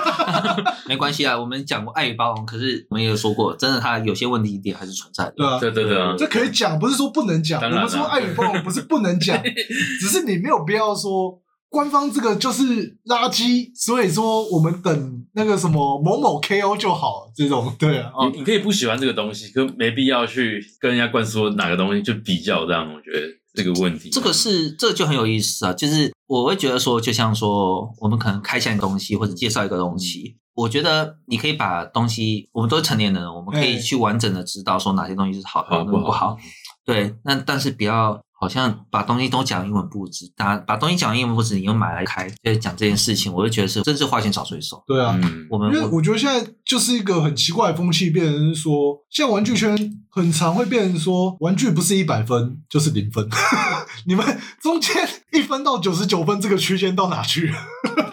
Speaker 2: 没关系啊，我们讲过爱与包容，可是我们也有说过，真的它有些问题点还是存在的。
Speaker 1: 对啊。
Speaker 3: 对对对啊，
Speaker 1: 这可以讲，不是说不能讲。
Speaker 3: 当
Speaker 1: 我
Speaker 3: 然啦
Speaker 1: 们说爱与包容不是不能讲， [LAUGHS] 只是你没有必要说官方这个就是垃圾，所以说我们等那个什么某某 KO 就好这种。对啊，
Speaker 3: 哦你你可以不喜欢这个东西，可没必要去跟人家灌输哪个东西就比较这样，我觉得这个问题，
Speaker 2: 这个是这就很有意思啊，就是我会觉得说，就像说我们可能开箱一个东西或者介绍一个东西，我觉得你可以把东西，我们都是成年人了，我们可
Speaker 1: 哎
Speaker 2: 以去完整的知道说哪些东西是好，
Speaker 3: 好
Speaker 2: 哪些
Speaker 3: 不
Speaker 2: 不
Speaker 3: 好
Speaker 2: 好。对，那但是不要好像把东西都讲英文不值，打把东西讲英文不值，你又买来开，在讲这件事情，我就觉得是真是花钱找罪受。
Speaker 1: 对啊，
Speaker 3: 嗯，
Speaker 2: 我
Speaker 1: 因
Speaker 2: 们
Speaker 1: 为
Speaker 2: 我
Speaker 1: 我觉得现在就是一个很奇怪的风气，变成是说，现在玩具圈很常会变成说，玩具不是一百分就是零分， [LAUGHS] 你们中间一分到九十九分这个区间到哪去了？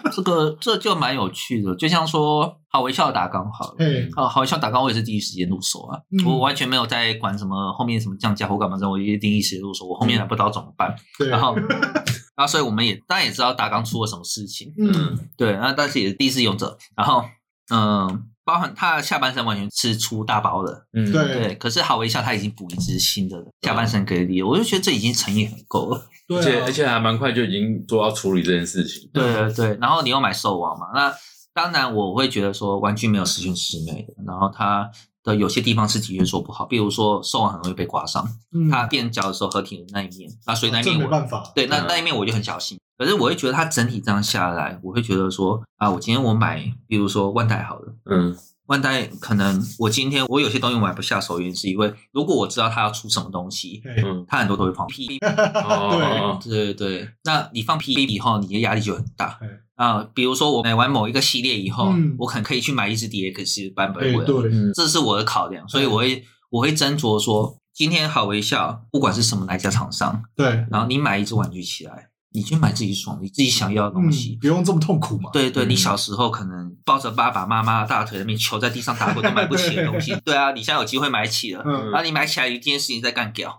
Speaker 1: [LAUGHS]
Speaker 2: 这个这就蛮有趣的，就像说好微笑的打刚好了。
Speaker 1: 哎，
Speaker 2: 哦，好像打刚我也是第一时间入手啊，
Speaker 1: 嗯
Speaker 2: 我完全没有在管什么后面什么降价或干嘛这种，我一定一时间入手，我后面拿不到怎么办？
Speaker 1: 嗯对，啊 [LAUGHS]
Speaker 2: 然后，然后所以我们也当然也知道大纲出了什么事情，
Speaker 1: 嗯，
Speaker 2: 对，那但是也是第一次用者，然后嗯、包含他的下半身完全是出大包的，
Speaker 3: 嗯，
Speaker 1: 对啊
Speaker 2: 对，可是好微笑他已经补一只新的下半身给力，我就觉得这已经诚意很够了，
Speaker 3: 而且
Speaker 1: 对啊
Speaker 3: 而且还蛮快就已经说要处理这件事情，
Speaker 2: 对
Speaker 1: 嗯
Speaker 2: 对对，然后你又买兽王嘛，那当然我会觉得说玩具没有十全十美的，然后它的有些地方是的确做不好，比如说兽王很容易被刮伤，
Speaker 1: 嗯
Speaker 2: 它变角的时候合体的那一面，那所以那一
Speaker 1: 这
Speaker 2: 面
Speaker 1: 没
Speaker 2: 我
Speaker 1: 办法，
Speaker 2: 对，那
Speaker 3: 嗯
Speaker 2: 那一面我就很小心。可是我会觉得它整体这样下来，我会觉得说啊，我今天我买，比如说万代好了，
Speaker 3: 嗯，
Speaker 2: 万代可能我今天我有些东西我买不下手，原因是因为如果我知道它要出什么东西，
Speaker 1: 哎
Speaker 3: 嗯，
Speaker 2: 它很多都会放屁。
Speaker 3: 哦，
Speaker 2: 对对对，那你放屁以后，你的压力就很大
Speaker 1: 对。
Speaker 2: 啊，比如说我买完某一个系列以后，
Speaker 1: 哎嗯
Speaker 2: 我可能可以去买一支 DX 版本
Speaker 1: 哎，
Speaker 2: 回来，
Speaker 1: 对，哎
Speaker 3: 嗯
Speaker 2: 这是我的考量，所以我会我会斟酌说，今天好微笑，不管是什么哪一家厂商，
Speaker 1: 对，
Speaker 2: 然后你买一只玩具起来，你去买自己爽、你自己想要的东
Speaker 1: 嗯
Speaker 2: 西，。
Speaker 1: 不用这么痛苦嘛，
Speaker 2: 对对，
Speaker 3: 嗯
Speaker 2: 你小时候可能抱着爸爸妈妈的大腿那边求在地上打滚都买不起的东
Speaker 1: [LAUGHS]
Speaker 2: 西，对啊，你现在有机会买起了，
Speaker 1: 嗯
Speaker 2: 然，后你买起来，一件事情在干掉，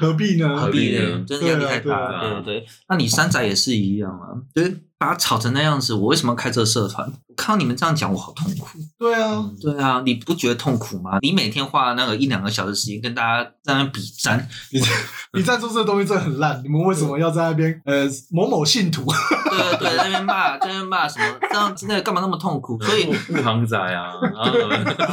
Speaker 1: 何必呢
Speaker 3: 何？必呢
Speaker 2: 呢？真的压力太大
Speaker 3: 对啊
Speaker 2: 了，对
Speaker 3: 对啊
Speaker 2: 对对。那你山仔也是一样啊，就是把它炒成那样子，我为什么要开这个社团？我看到你们这样讲，我好痛苦。
Speaker 1: 对啊，
Speaker 3: 哦
Speaker 2: 对啊，你不觉得痛苦吗？你每天花那个一两个小时时间跟大家在那边比战，
Speaker 1: 你 [LAUGHS] 这你在做这东西真的很烂，你们为什么要在那边呃某某信徒？
Speaker 2: 对啊对对，在那边骂，在那边骂什么？这样真的干嘛那么痛苦？所
Speaker 3: [LAUGHS]
Speaker 2: 以
Speaker 3: 护航仔啊，然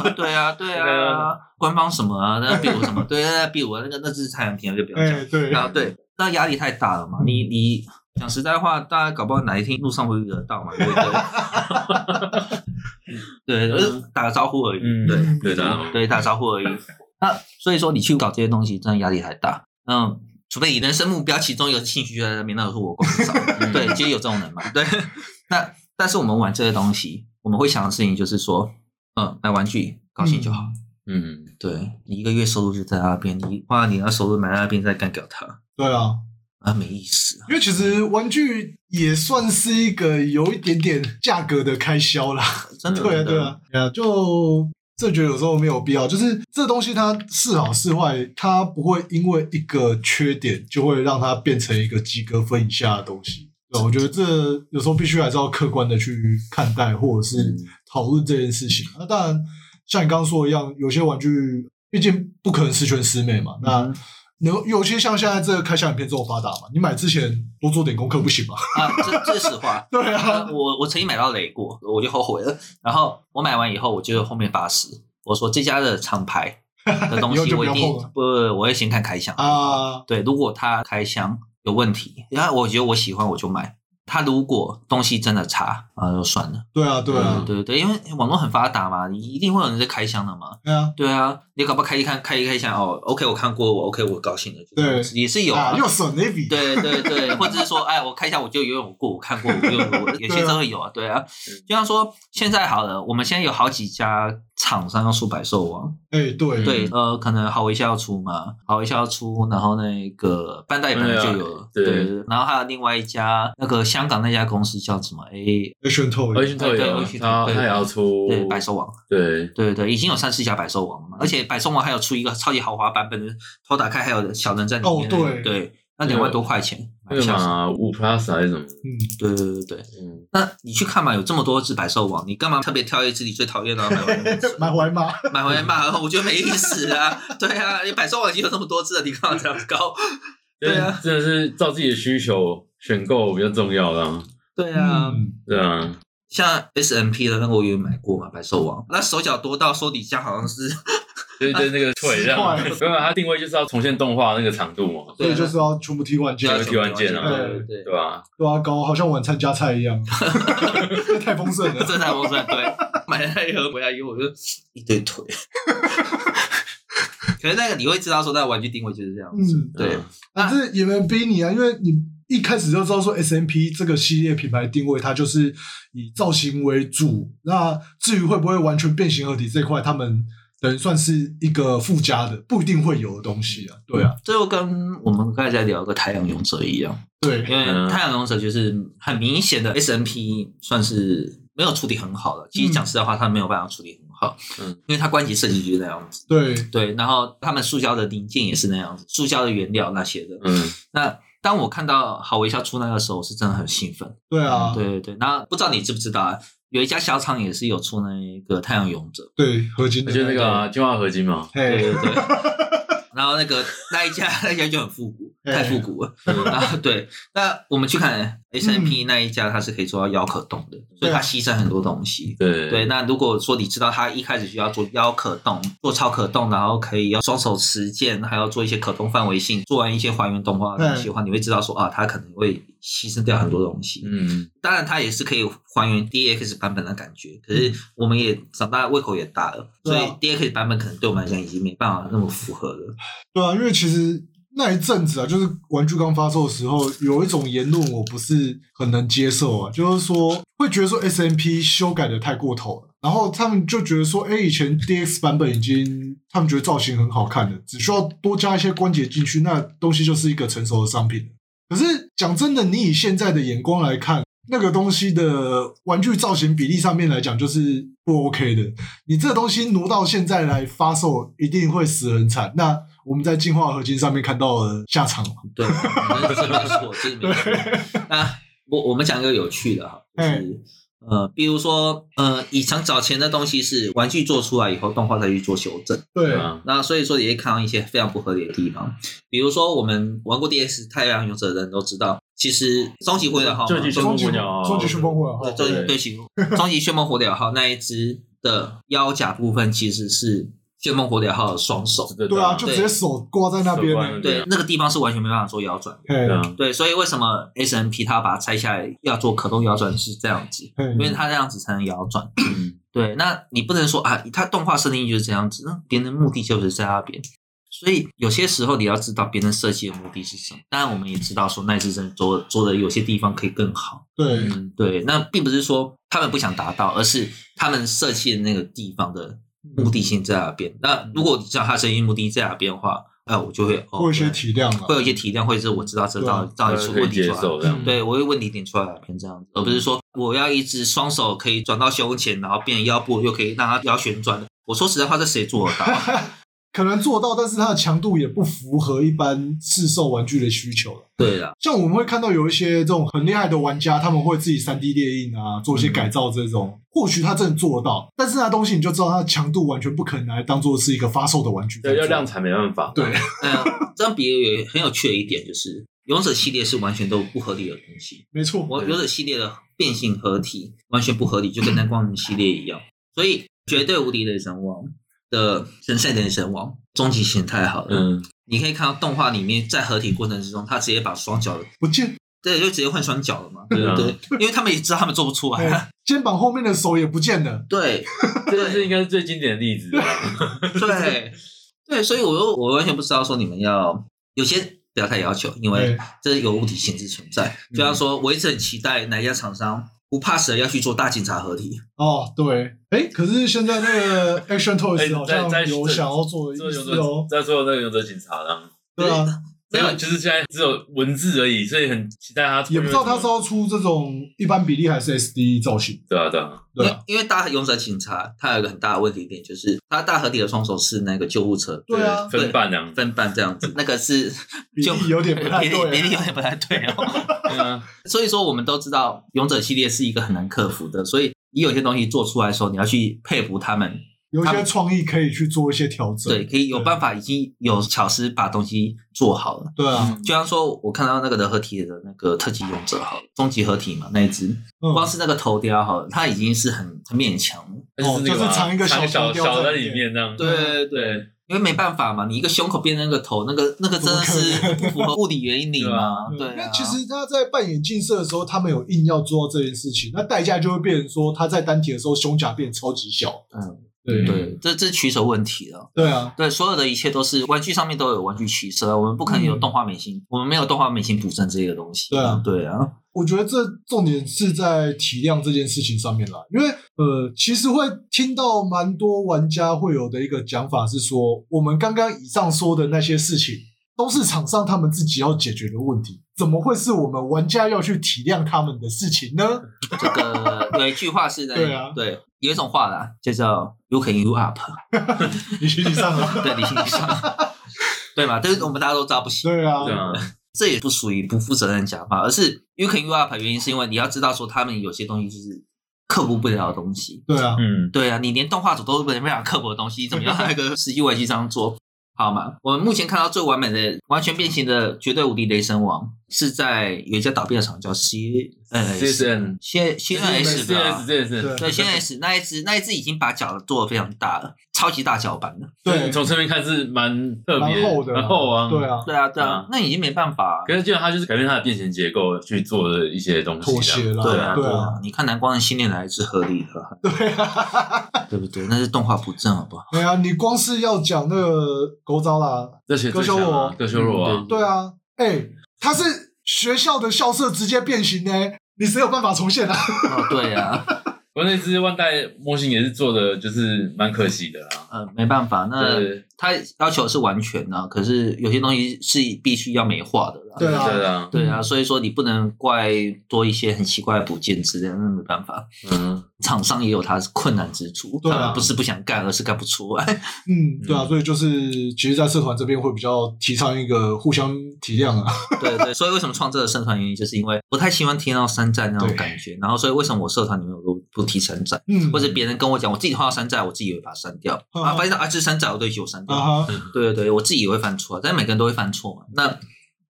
Speaker 2: [LAUGHS]
Speaker 3: 后
Speaker 2: 啊对啊，对
Speaker 3: 对
Speaker 2: 啊
Speaker 3: 啊，
Speaker 2: 官方什么啊？那比如什么？对，那比如那个那只太阳平就不用
Speaker 1: [LAUGHS]
Speaker 2: 讲。
Speaker 1: 哎，对，
Speaker 2: [LAUGHS] 然后啊对，那压力太大了嘛。
Speaker 3: 嗯
Speaker 2: 你你讲实在话，大家搞不好哪一天路上会遇得到嘛，对不
Speaker 3: [LAUGHS]
Speaker 2: 对？对，就是打个招呼而已。
Speaker 3: 嗯
Speaker 2: 对
Speaker 3: 对的，
Speaker 2: 对，打招呼
Speaker 3: [LAUGHS]
Speaker 2: 而已。那所以说，你去搞这些东西，真的压力太大。嗯，除非你人生目标其中有兴趣就在那边，那是我管不着。
Speaker 3: [LAUGHS] 嗯
Speaker 2: 对，其实有这种人嘛。对，那但是我们玩这个东西，我们会想的事情就是说，嗯，买玩具高兴就好。
Speaker 3: 嗯，
Speaker 2: 对你一个月收入就在那边，你花你那收入买那边再干掉它
Speaker 1: 对啊，
Speaker 2: 啊，没意思啊。
Speaker 1: 因为其实玩具也算是一个有一点点价格的开销啦。
Speaker 2: 真的，
Speaker 1: 对啊，对啊，对啊，就这觉得有时候没有必要。就是这东西它是好是坏，它不会因为一个缺点就会让它变成一个及格分以下的东西。对啊、我觉得这有时候必须还是要客观的去看待，或者
Speaker 2: 嗯
Speaker 1: 是讨论这件事情。啊那当然，像你刚刚说的一样，有些玩具毕竟不可能十全十美嘛。
Speaker 2: 嗯
Speaker 1: 那有有些像现在这个开箱影片这么发达嘛，你买之前多做点功课不行吗？。
Speaker 2: 啊，这这是实话
Speaker 1: [LAUGHS] 对啊
Speaker 2: 呃，我我曾经买到雷过，我就后悔了。然后我买完以后，我就后面发誓，我说这家的厂牌
Speaker 1: [LAUGHS]
Speaker 2: 的东
Speaker 1: 以后
Speaker 2: 西
Speaker 1: 就
Speaker 2: 我
Speaker 1: 不
Speaker 2: 一
Speaker 1: 要
Speaker 2: 定
Speaker 1: 碰了
Speaker 2: 不，我会先看开箱。
Speaker 1: 啊，
Speaker 2: 对，如果它开箱有问题，然后我觉得我喜欢我就买。它如果东西真的差啊，就算了。
Speaker 1: 对啊，对啊
Speaker 3: 嗯，
Speaker 2: 对对对，因为网络很发达嘛，你一定会有人在开箱的嘛。
Speaker 1: 对啊，
Speaker 2: 对啊，你搞不好开一看开一开箱哦，OK，我看过，我 OK，我高兴了，就
Speaker 1: 对
Speaker 2: 也是有
Speaker 1: 啊，又省了一笔。
Speaker 2: 对对对，或者是说，哎，我看一下，我就游泳过，我看过，我游泳过，有些真的会有啊，对啊。就像说现在好了，我们现在有好几家厂商要出百兽王，
Speaker 1: 哎，对，
Speaker 2: 对，呃，可能好微笑要出嘛，好微笑要出，然后那个半代本来就有了，
Speaker 3: 对啊对
Speaker 2: 对，然后还有另外一家那个香港那家公司叫什么？哎，
Speaker 1: 被渗透了
Speaker 3: 微。信特有，啊他他也要出
Speaker 2: 对，百兽王，
Speaker 3: 对，
Speaker 2: 对对，已经有三四家百兽王了嘛，而且百兽王还有出一个超级豪华版本的，头打开还有小人在里
Speaker 1: 哦
Speaker 2: 面，
Speaker 1: 对
Speaker 2: 对，那两万多块钱买
Speaker 3: 那
Speaker 2: 不
Speaker 3: 个
Speaker 2: 下手。
Speaker 3: 嘛五 plus 还是什么，
Speaker 1: 嗯，
Speaker 2: 对对对对，
Speaker 3: 嗯，
Speaker 2: 那你去看嘛，有这么多只百兽王，你干嘛特别挑一只你最讨
Speaker 1: [LAUGHS]
Speaker 2: 厌的啊买回来
Speaker 1: 买回来嘛，
Speaker 2: 买回来骂？ [LAUGHS] 我觉得没意思啊。 [LAUGHS] 对啊，你百兽王已经有这么多只了，你干嘛这样子搞？对啊，
Speaker 3: 真的是照自己的需求选购比较重要啦，
Speaker 2: 对啊，
Speaker 1: 嗯
Speaker 3: 对啊，
Speaker 2: 像 S M P 的那个我也买过嘛，百兽王，那手脚多到说你家好
Speaker 1: [LAUGHS]
Speaker 2: 像是，
Speaker 3: 就是就是那个腿这样，
Speaker 1: 奇
Speaker 3: 没有它定位就是要重现动画那个长度嘛，
Speaker 2: 啊
Speaker 1: 所以就是要全部踢完
Speaker 2: 就
Speaker 1: 件
Speaker 2: 要，
Speaker 3: 踢完件啊
Speaker 2: 对对
Speaker 3: 对吧？
Speaker 1: 对啊，搞好像晚餐加菜一
Speaker 2: [LAUGHS]
Speaker 1: 样，太丰盛
Speaker 2: 对， [LAUGHS]
Speaker 1: 了。
Speaker 2: 正常
Speaker 1: [LAUGHS]
Speaker 2: 风扇对，买了一盒回来以后我就一堆腿，可是那个你会知道说，那玩具定位就是这样子。
Speaker 1: 嗯，
Speaker 2: 对
Speaker 3: 嗯
Speaker 1: 但是也没人逼你啊，因为你一开始就知道说 S M P 这个系列品牌定位，它就是以造型为主。那至于会不会完全变形合体这一块，他们等于算是一个附加的，不一定会有的东西啊。对啊，
Speaker 2: 这就跟我们刚才在聊个太阳勇者一样，
Speaker 1: 对，
Speaker 2: 因为
Speaker 3: 嗯
Speaker 2: 太阳勇者就是很明显的 S N P 算是没有处理很好的。其实讲实在话，他没有办法处理很好，
Speaker 3: 嗯
Speaker 2: 因为他关节设计就是那样子。
Speaker 1: 对，
Speaker 2: 对，然后他们塑胶的零件也是那样子，塑胶的原料那些的。
Speaker 3: 嗯，
Speaker 2: 那当我看到好微笑出那个时候，我是真的很兴奋。
Speaker 1: 对啊，
Speaker 2: 对对对，那不知道你知不知道啊？有一家小厂也是有出那个太阳勇者，
Speaker 1: 对，合金
Speaker 3: 我
Speaker 1: 的
Speaker 3: 觉得那个啊金华合金嘛，
Speaker 1: 嘿
Speaker 2: 对对， [LAUGHS] 对。然后那个那一家那一家就很复古，太复古了。
Speaker 3: 嗯
Speaker 2: 然后对，嗯那我们去看 S M P 那一家，它是可以做到腰可动的，所以它牺牲很多东西。
Speaker 3: 对
Speaker 2: 对，那如果说你知道它一开始就要做腰可动，做超可动，然后可以要双手持剑，还要做一些可动范围性，做完一些还原动画的东西的话，你会知道说啊，它可能会牺牲掉很多东西。
Speaker 3: 嗯，
Speaker 2: 当然，它也是可以还原 DX 版本的感觉，可是我们也长大，胃口也大了，所
Speaker 1: 对
Speaker 2: 以
Speaker 1: 啊
Speaker 2: DX 版本可能对我们来讲已经没办法那么符合了。
Speaker 1: 对啊，因为其实那一阵子啊，就是玩具刚发售的时候，有一种言论我不是很能接受啊，就是说会觉得说 S M P 修改的太过头了，然后他们就觉得说，哎，以前 D X 版本已经他们觉得造型很好看了，只需要多加一些关节进去，那东西就是一个成熟的商品了。可是讲真的，你以现在的眼光来看，那个东西的玩具造型比例上面来讲，就是不 OK 的。你这东西挪到现在来发售，一定会死人惨。那我们在进化合金上面看到了下场嘛？
Speaker 2: 对，这是没有错，这是没有错。那我我们讲一个有趣的哈，就是呃，比如说呃，以前早前的东西是玩具做出来以后，动画再去做修正，
Speaker 1: 对
Speaker 3: 对啊，
Speaker 2: 那所以说也会看到一些非常不合理的地方，比如说我们玩过 DX 太阳勇者的人都知道，其实终极辉的号码
Speaker 3: 终极
Speaker 1: 终极
Speaker 3: 旋风火鸟啊
Speaker 1: 终极旋风火
Speaker 2: 对，啊
Speaker 1: 鸟，
Speaker 2: 终极
Speaker 3: 对
Speaker 2: 对起，终极旋风火鸟号那一只的腰甲部分其实是旋风火鸟号的双手，
Speaker 1: 对啊，就直接手挂在那边欸
Speaker 3: 手挂在
Speaker 1: 呢
Speaker 3: 那。
Speaker 2: 对，那个地方是完全没办法做腰转的。
Speaker 1: 嘿
Speaker 3: 对，啊，
Speaker 2: 对，所以为什么 S N P 它把它拆下来要做可动腰转是这样子，
Speaker 1: 嗯
Speaker 2: 因为它这样子才能腰转。
Speaker 3: 嗯
Speaker 2: 对，那你不能说啊，它动画设定就是这样子，那别人的目的就是在那边。所以有些时候你要知道别人设计的目的是什么。当然，我们也知道说那一次真的做做的有些地方可以更好。
Speaker 1: 对，
Speaker 3: 嗯
Speaker 2: 对，那并不是说他们不想达到，而是他们设计的那个地方的目的性在那边。那如果你知道他设计目的在那边的话，哎，我就会
Speaker 1: 嗯
Speaker 2: 哦，
Speaker 1: 会有一些
Speaker 2: 原来
Speaker 1: 体啊量
Speaker 2: 会
Speaker 1: 了。
Speaker 2: 有一些体量，或者是我知道这到底到底出
Speaker 3: 啊可以
Speaker 2: 问题
Speaker 3: 接
Speaker 2: 出来了。
Speaker 3: 受这样，
Speaker 2: 对，我会问题点出来了，变这样子，而不是说我要一只双手可以转到胸前，然后变成腰部，又可以让它腰旋转的。我说实在话，这谁做得到？啊
Speaker 1: 可能做到，但是它的强度也不符合一般市售玩具的需求了。
Speaker 2: [LAUGHS] 对啦，
Speaker 1: 像我们会看到有一些这种很厉害的玩家，他们会自己3 D 列印啊，做一些改造这种。或许他真的做得到，但是那东西你就知道它的强度完全不可能拿来当做是一个发售的玩具在
Speaker 3: 要
Speaker 1: 做。
Speaker 3: 要量产没办法，
Speaker 1: 对， [LAUGHS]
Speaker 2: 嗯，这样比喻也很有趣的一点就是，勇者系列是完全都不合理的东西。
Speaker 1: 没错。
Speaker 2: 我勇者系列的变形合体完全不合理，就跟那光明系列一样。所以，绝对无敌的神王的神圣的神王终极形态好了，
Speaker 3: 嗯，
Speaker 2: 你可以看到动画里面在合体过程之中，他直接把双脚的
Speaker 1: 不
Speaker 2: [LAUGHS]
Speaker 1: 见，
Speaker 2: 对，就直接换双脚了嘛，
Speaker 3: 对啊
Speaker 2: 对，因为他们也知道他们做不出来啊，
Speaker 1: 哎肩膀后面的手也不见了。
Speaker 2: 对，
Speaker 3: 这是应该是最经典的例子啊吧，
Speaker 2: 对，对，所以我又我完全不知道说你们要有些不要太要求，因为
Speaker 1: 对
Speaker 2: 这有物体性质存在。就
Speaker 3: 嗯
Speaker 2: 像说，我一直很期待哪一家厂商不怕死的要去做大警察合体，
Speaker 1: 哦，对，哎，可是现在那个 Action
Speaker 3: 哎
Speaker 1: Toys 好
Speaker 3: 在在
Speaker 1: 像有想要做的
Speaker 3: 做
Speaker 1: 意
Speaker 3: 勇
Speaker 1: 思哦
Speaker 3: 者，。在做那个勇者警察这样，
Speaker 1: 对啊，
Speaker 3: 没
Speaker 2: 没
Speaker 3: 有，
Speaker 2: 有
Speaker 3: 就是现在只有文字而已，所以很期待他
Speaker 1: 也不知道他是要出这种一般比例还是 SD 造型。
Speaker 3: 对啊对啊，
Speaker 1: 对
Speaker 2: 因
Speaker 1: 啊
Speaker 2: 为，因为大勇者警察它有一个很大的问题点，就是它大合体的双手是那个救护车
Speaker 1: 对啊，
Speaker 3: 分半两，
Speaker 2: 分半这样子，
Speaker 1: [LAUGHS]
Speaker 2: 那个是
Speaker 1: 比
Speaker 2: 就
Speaker 1: 例有点不太
Speaker 2: 比例比例
Speaker 1: 对
Speaker 2: 有
Speaker 1: 啊。
Speaker 2: 点不太对
Speaker 1: [LAUGHS]
Speaker 2: 哦。
Speaker 3: 对啊，
Speaker 2: 所以说，我们都知道勇者系列是一个很难克服的，所以你有些东西做出来的时候，你要去佩服他们，
Speaker 1: 有一些创意可以去做一些调整。
Speaker 2: 对，可以有办法，已经有巧思把东西做好了。
Speaker 1: 对啊，
Speaker 3: 嗯
Speaker 2: 就像说，我看到那个的合体的那个特级勇者好了，终极合体嘛，那一只，
Speaker 1: 嗯
Speaker 2: 光是那个头雕好了，它已经是很很勉强了。
Speaker 1: 哦
Speaker 3: 那个
Speaker 1: 就是
Speaker 3: 嘛
Speaker 1: 藏一个小
Speaker 3: 藏小
Speaker 1: 头雕在
Speaker 3: 小在
Speaker 1: 里
Speaker 3: 里面这样，
Speaker 2: 对
Speaker 3: 对，
Speaker 2: 因为没办法嘛，你一个胸口变那个头，
Speaker 1: [LAUGHS]
Speaker 2: 那个那个真的是不符合物理原理嘛，对啊。
Speaker 1: 那其实他在扮演近射的时候，他们有硬要做到这件事情，那代价就会变成说他在单体的时候胸甲变超级小。
Speaker 2: 嗯，
Speaker 1: 对
Speaker 2: 对，这这是取舍问题了。
Speaker 1: 对啊，
Speaker 2: 对，所有的一切都是玩具上面都有玩具取舍，啊我们不可能有
Speaker 1: 嗯
Speaker 2: 动画明星，我们没有动画明星补正这一个东西。
Speaker 1: 对啊
Speaker 2: 对啊，
Speaker 1: 我觉得这重点是在体量这件事情上面啦，因为呃，其实会听到蛮多玩家会有的一个讲法是说，我们刚刚以上说的那些事情，都是厂商他们自己要解决的问题，怎么会是我们玩家要去体谅他们的事情呢？
Speaker 2: 这
Speaker 1: [LAUGHS]
Speaker 2: 个有一句话是那
Speaker 1: 对啊
Speaker 2: 对，有一种话啦，就叫 “you can you up”， [LAUGHS]
Speaker 1: 你去你上了，
Speaker 2: 对，理性上，
Speaker 1: [LAUGHS]
Speaker 2: 对嘛？但是我们大家都知道不行，
Speaker 1: 对啊，
Speaker 3: 对啊，
Speaker 2: 这也不属于不负责任的讲法，而是 “you can you up” 原因是因为你要知道说他们有些东西就是克服不了的东西，
Speaker 1: 对啊，
Speaker 3: 嗯，
Speaker 2: 对啊，你连动画组都没办法刻薄的东西，怎么样那 [LAUGHS] 个实际玩具上做？好嘛，我们目前看到最完美的、完全变形的绝对无敌雷神王，是在有一家倒闭的厂叫 C 呃
Speaker 3: CSN
Speaker 2: C C N S 吧
Speaker 3: S。S
Speaker 1: 对
Speaker 2: 对，C N S 那一只那一只已经把脚做的非常大了，超级大脚版了。
Speaker 1: 对，
Speaker 3: 从侧面看是蛮特
Speaker 1: 蛮
Speaker 3: 别，
Speaker 1: 厚的，
Speaker 3: 蛮厚啊，
Speaker 1: 对。啊，
Speaker 2: 对啊，对啊
Speaker 3: 啊，
Speaker 2: 那已经没办法
Speaker 3: 可是，居然他就是改变他的变形结构去做的一些东西，
Speaker 1: 妥协啦，
Speaker 2: 对
Speaker 1: 啊，
Speaker 2: 啊，
Speaker 1: 对
Speaker 2: 对
Speaker 1: 啊
Speaker 2: 啊，，你看蓝光的新恋来是合理的，
Speaker 1: 对啊。
Speaker 2: [LAUGHS] 对不对？那是动画不正，好不 [LAUGHS] 好？
Speaker 1: 对啊，你光是要讲那个狗爪啦，
Speaker 3: 这些
Speaker 1: 葛修罗
Speaker 3: 葛修罗啊，
Speaker 1: 对啊，哎、他是学校的校舍直接变形呢、你谁有办法重现啊？
Speaker 2: 哦，对啊，
Speaker 3: 我那只万代模型也是做的，就是蛮可惜的啦。
Speaker 2: 呃，没办法，那
Speaker 3: 对
Speaker 2: 他要求是完全呢、可是有些东西是必须要美化的啦。
Speaker 1: 对啊
Speaker 3: 对啊，
Speaker 2: 对啊，所以说你不能怪多一些很奇怪的补件之类的，那没办法，
Speaker 3: 嗯，
Speaker 2: 厂商也有它困难之处，
Speaker 1: 对啊
Speaker 2: 他们不是不想干，而是干不出来。 [LAUGHS]
Speaker 1: 嗯，对啊，
Speaker 3: 嗯
Speaker 1: 所以就是其实，在社团这边会比较提倡一个互相体谅啊，
Speaker 2: 对对，所以为什么创这个社团原因，就是因为不太喜欢听到山寨那种
Speaker 1: 对
Speaker 2: 感觉，然后所以为什么我社团里面我都不提山寨，
Speaker 1: 嗯，
Speaker 2: 或者别人跟我讲我自己画到山寨，我自己也会把它删掉，
Speaker 1: 嗯
Speaker 2: 啊，发现啊这是山寨，我对不起，我删
Speaker 1: 啊
Speaker 2: 掉。
Speaker 1: 哈，
Speaker 2: 对对对，我自己也会犯错，但是每个人都会犯错嘛。那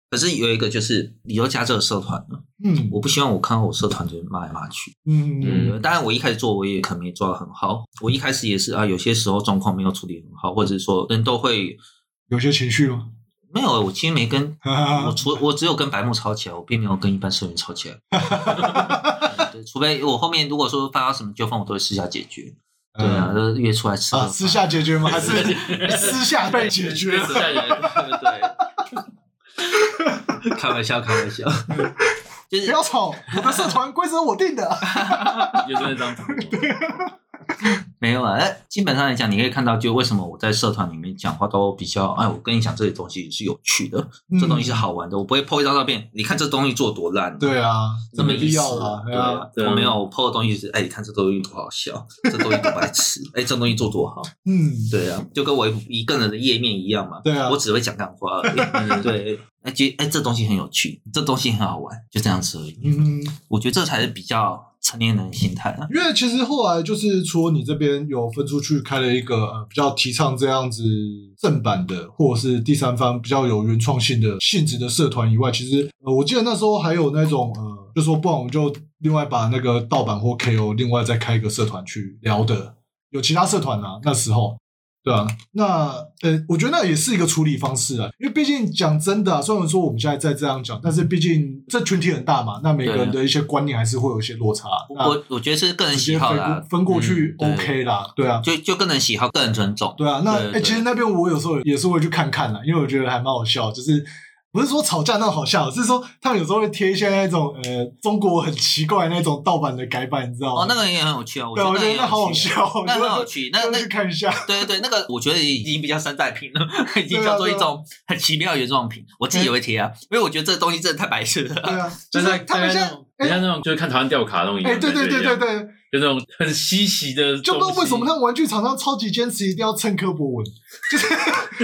Speaker 2: 可是有一个就是，你都加这个社团了，
Speaker 1: 嗯
Speaker 2: 我不希望我看到我社团就骂来骂去。
Speaker 1: 嗯嗯
Speaker 3: 嗯
Speaker 2: 当然，我一开始做我也可能没做到很好，我一开始也是啊，有些时候状况没有处理很好，或者是说人都会
Speaker 1: 有些情绪吗？
Speaker 2: 没有，啊我其实没跟
Speaker 1: 哈哈嗯
Speaker 2: 我
Speaker 1: 哈
Speaker 2: 除我只有跟白木吵起来，我并没有跟一般社员
Speaker 1: [LAUGHS]
Speaker 2: 吵起来。嗯对，除非我后面如果说发生什么纠纷，我都会私下解决。对啊，
Speaker 1: 嗯
Speaker 2: 都约出来吃个
Speaker 1: 啊，
Speaker 2: 饭
Speaker 1: 私下解决吗？还是私下被解决
Speaker 3: 被？私下解决
Speaker 2: 对，开玩笑，开
Speaker 1: [LAUGHS]
Speaker 2: 玩笑，
Speaker 1: 不
Speaker 2: 就是
Speaker 1: 要吵，我的社团规则我定的。
Speaker 3: 就是
Speaker 1: [LAUGHS]
Speaker 3: 那张图，
Speaker 2: 没有啊。哎基本上来讲，你可以看到，就为什么我在社团里面讲话都比较，哎，我跟你讲，这些东西是有趣的，
Speaker 1: 嗯
Speaker 2: 这东西是好玩的，我不会 PO 一张照片，你看这东西做多烂，
Speaker 1: 对啊，
Speaker 2: 这么
Speaker 1: 没必
Speaker 2: 意思
Speaker 1: 要啦，
Speaker 2: 对
Speaker 1: 对啊，
Speaker 2: 啊，
Speaker 3: 对啊
Speaker 2: 我没有我 PO 的东西是，哎，你看这东西多好笑，这东西多白痴， [LAUGHS] 哎，这东西做多好，
Speaker 1: 嗯，
Speaker 2: 对啊，就跟我一个人的页面一样嘛。
Speaker 1: 对啊
Speaker 2: 我只会讲干话而
Speaker 1: [LAUGHS]
Speaker 2: 已。对，哎，觉哎，这东西很有趣，这东西很好玩，就这样子而已。
Speaker 1: 嗯。
Speaker 2: 我觉得这才是比较成年人的心态啊。
Speaker 1: 因为其实后来就是除了你这边有分出去开了一个呃比较提倡这样子正版的，或者是第三方比较有原创性的性质的社团以外，其实呃我记得那时候还有那种呃，就说不然我们就另外把那个盗版或 KO 另外再开一个社团去聊的，有其他社团啊，那时候。对啊，那呃，我觉得那也是一个处理方式啊，因为毕竟讲真的、啊，虽然说我们现在在这样讲，但是毕竟这群体很大嘛，那每个人的一些观念还是会有一些落差。那
Speaker 2: 我我觉得是个人
Speaker 1: 啊直接
Speaker 2: 喜好
Speaker 1: 分
Speaker 2: 啦
Speaker 1: 过，分过去
Speaker 2: 嗯
Speaker 1: OK 啦，对啊，
Speaker 2: 就就个人喜好、个人尊重。
Speaker 1: 对啊。那
Speaker 2: 对
Speaker 1: 哎，
Speaker 2: 对
Speaker 1: 其实那边我有时候也是会去看看啦，因为我觉得还蛮好笑，就是不是说吵架那好笑，是说他们有时候会贴一些那种呃中国很奇怪那种盗版的改版，你知道吗？
Speaker 2: 哦，那个也很有趣啊，我
Speaker 1: 对，
Speaker 2: 觉
Speaker 1: 我
Speaker 2: 得
Speaker 1: 觉得
Speaker 2: 也
Speaker 1: 那好好
Speaker 2: 有趣啊。
Speaker 1: 笑， [LAUGHS] 我
Speaker 2: [LAUGHS] 那
Speaker 1: 觉
Speaker 2: 很
Speaker 1: 得
Speaker 2: 有趣，那
Speaker 1: 真的
Speaker 2: 那
Speaker 1: 去看一下，
Speaker 2: 对对对，那个我觉得已经比较山寨品了， [LAUGHS] 已经
Speaker 1: 对啊
Speaker 2: 叫做一
Speaker 1: 对啊
Speaker 2: 种很奇妙的原创品。我自己也会贴啊，因为我觉得这东西真的太白痴了。
Speaker 1: 对啊，就是他们现在。
Speaker 3: 你像那种就是看台湾吊卡那种，
Speaker 1: 哎，对对对对，对，
Speaker 3: 就那种很稀奇的，
Speaker 1: 就不知道为什么那玩具厂商超级坚持一定要蹭柯博文， [LAUGHS] 就是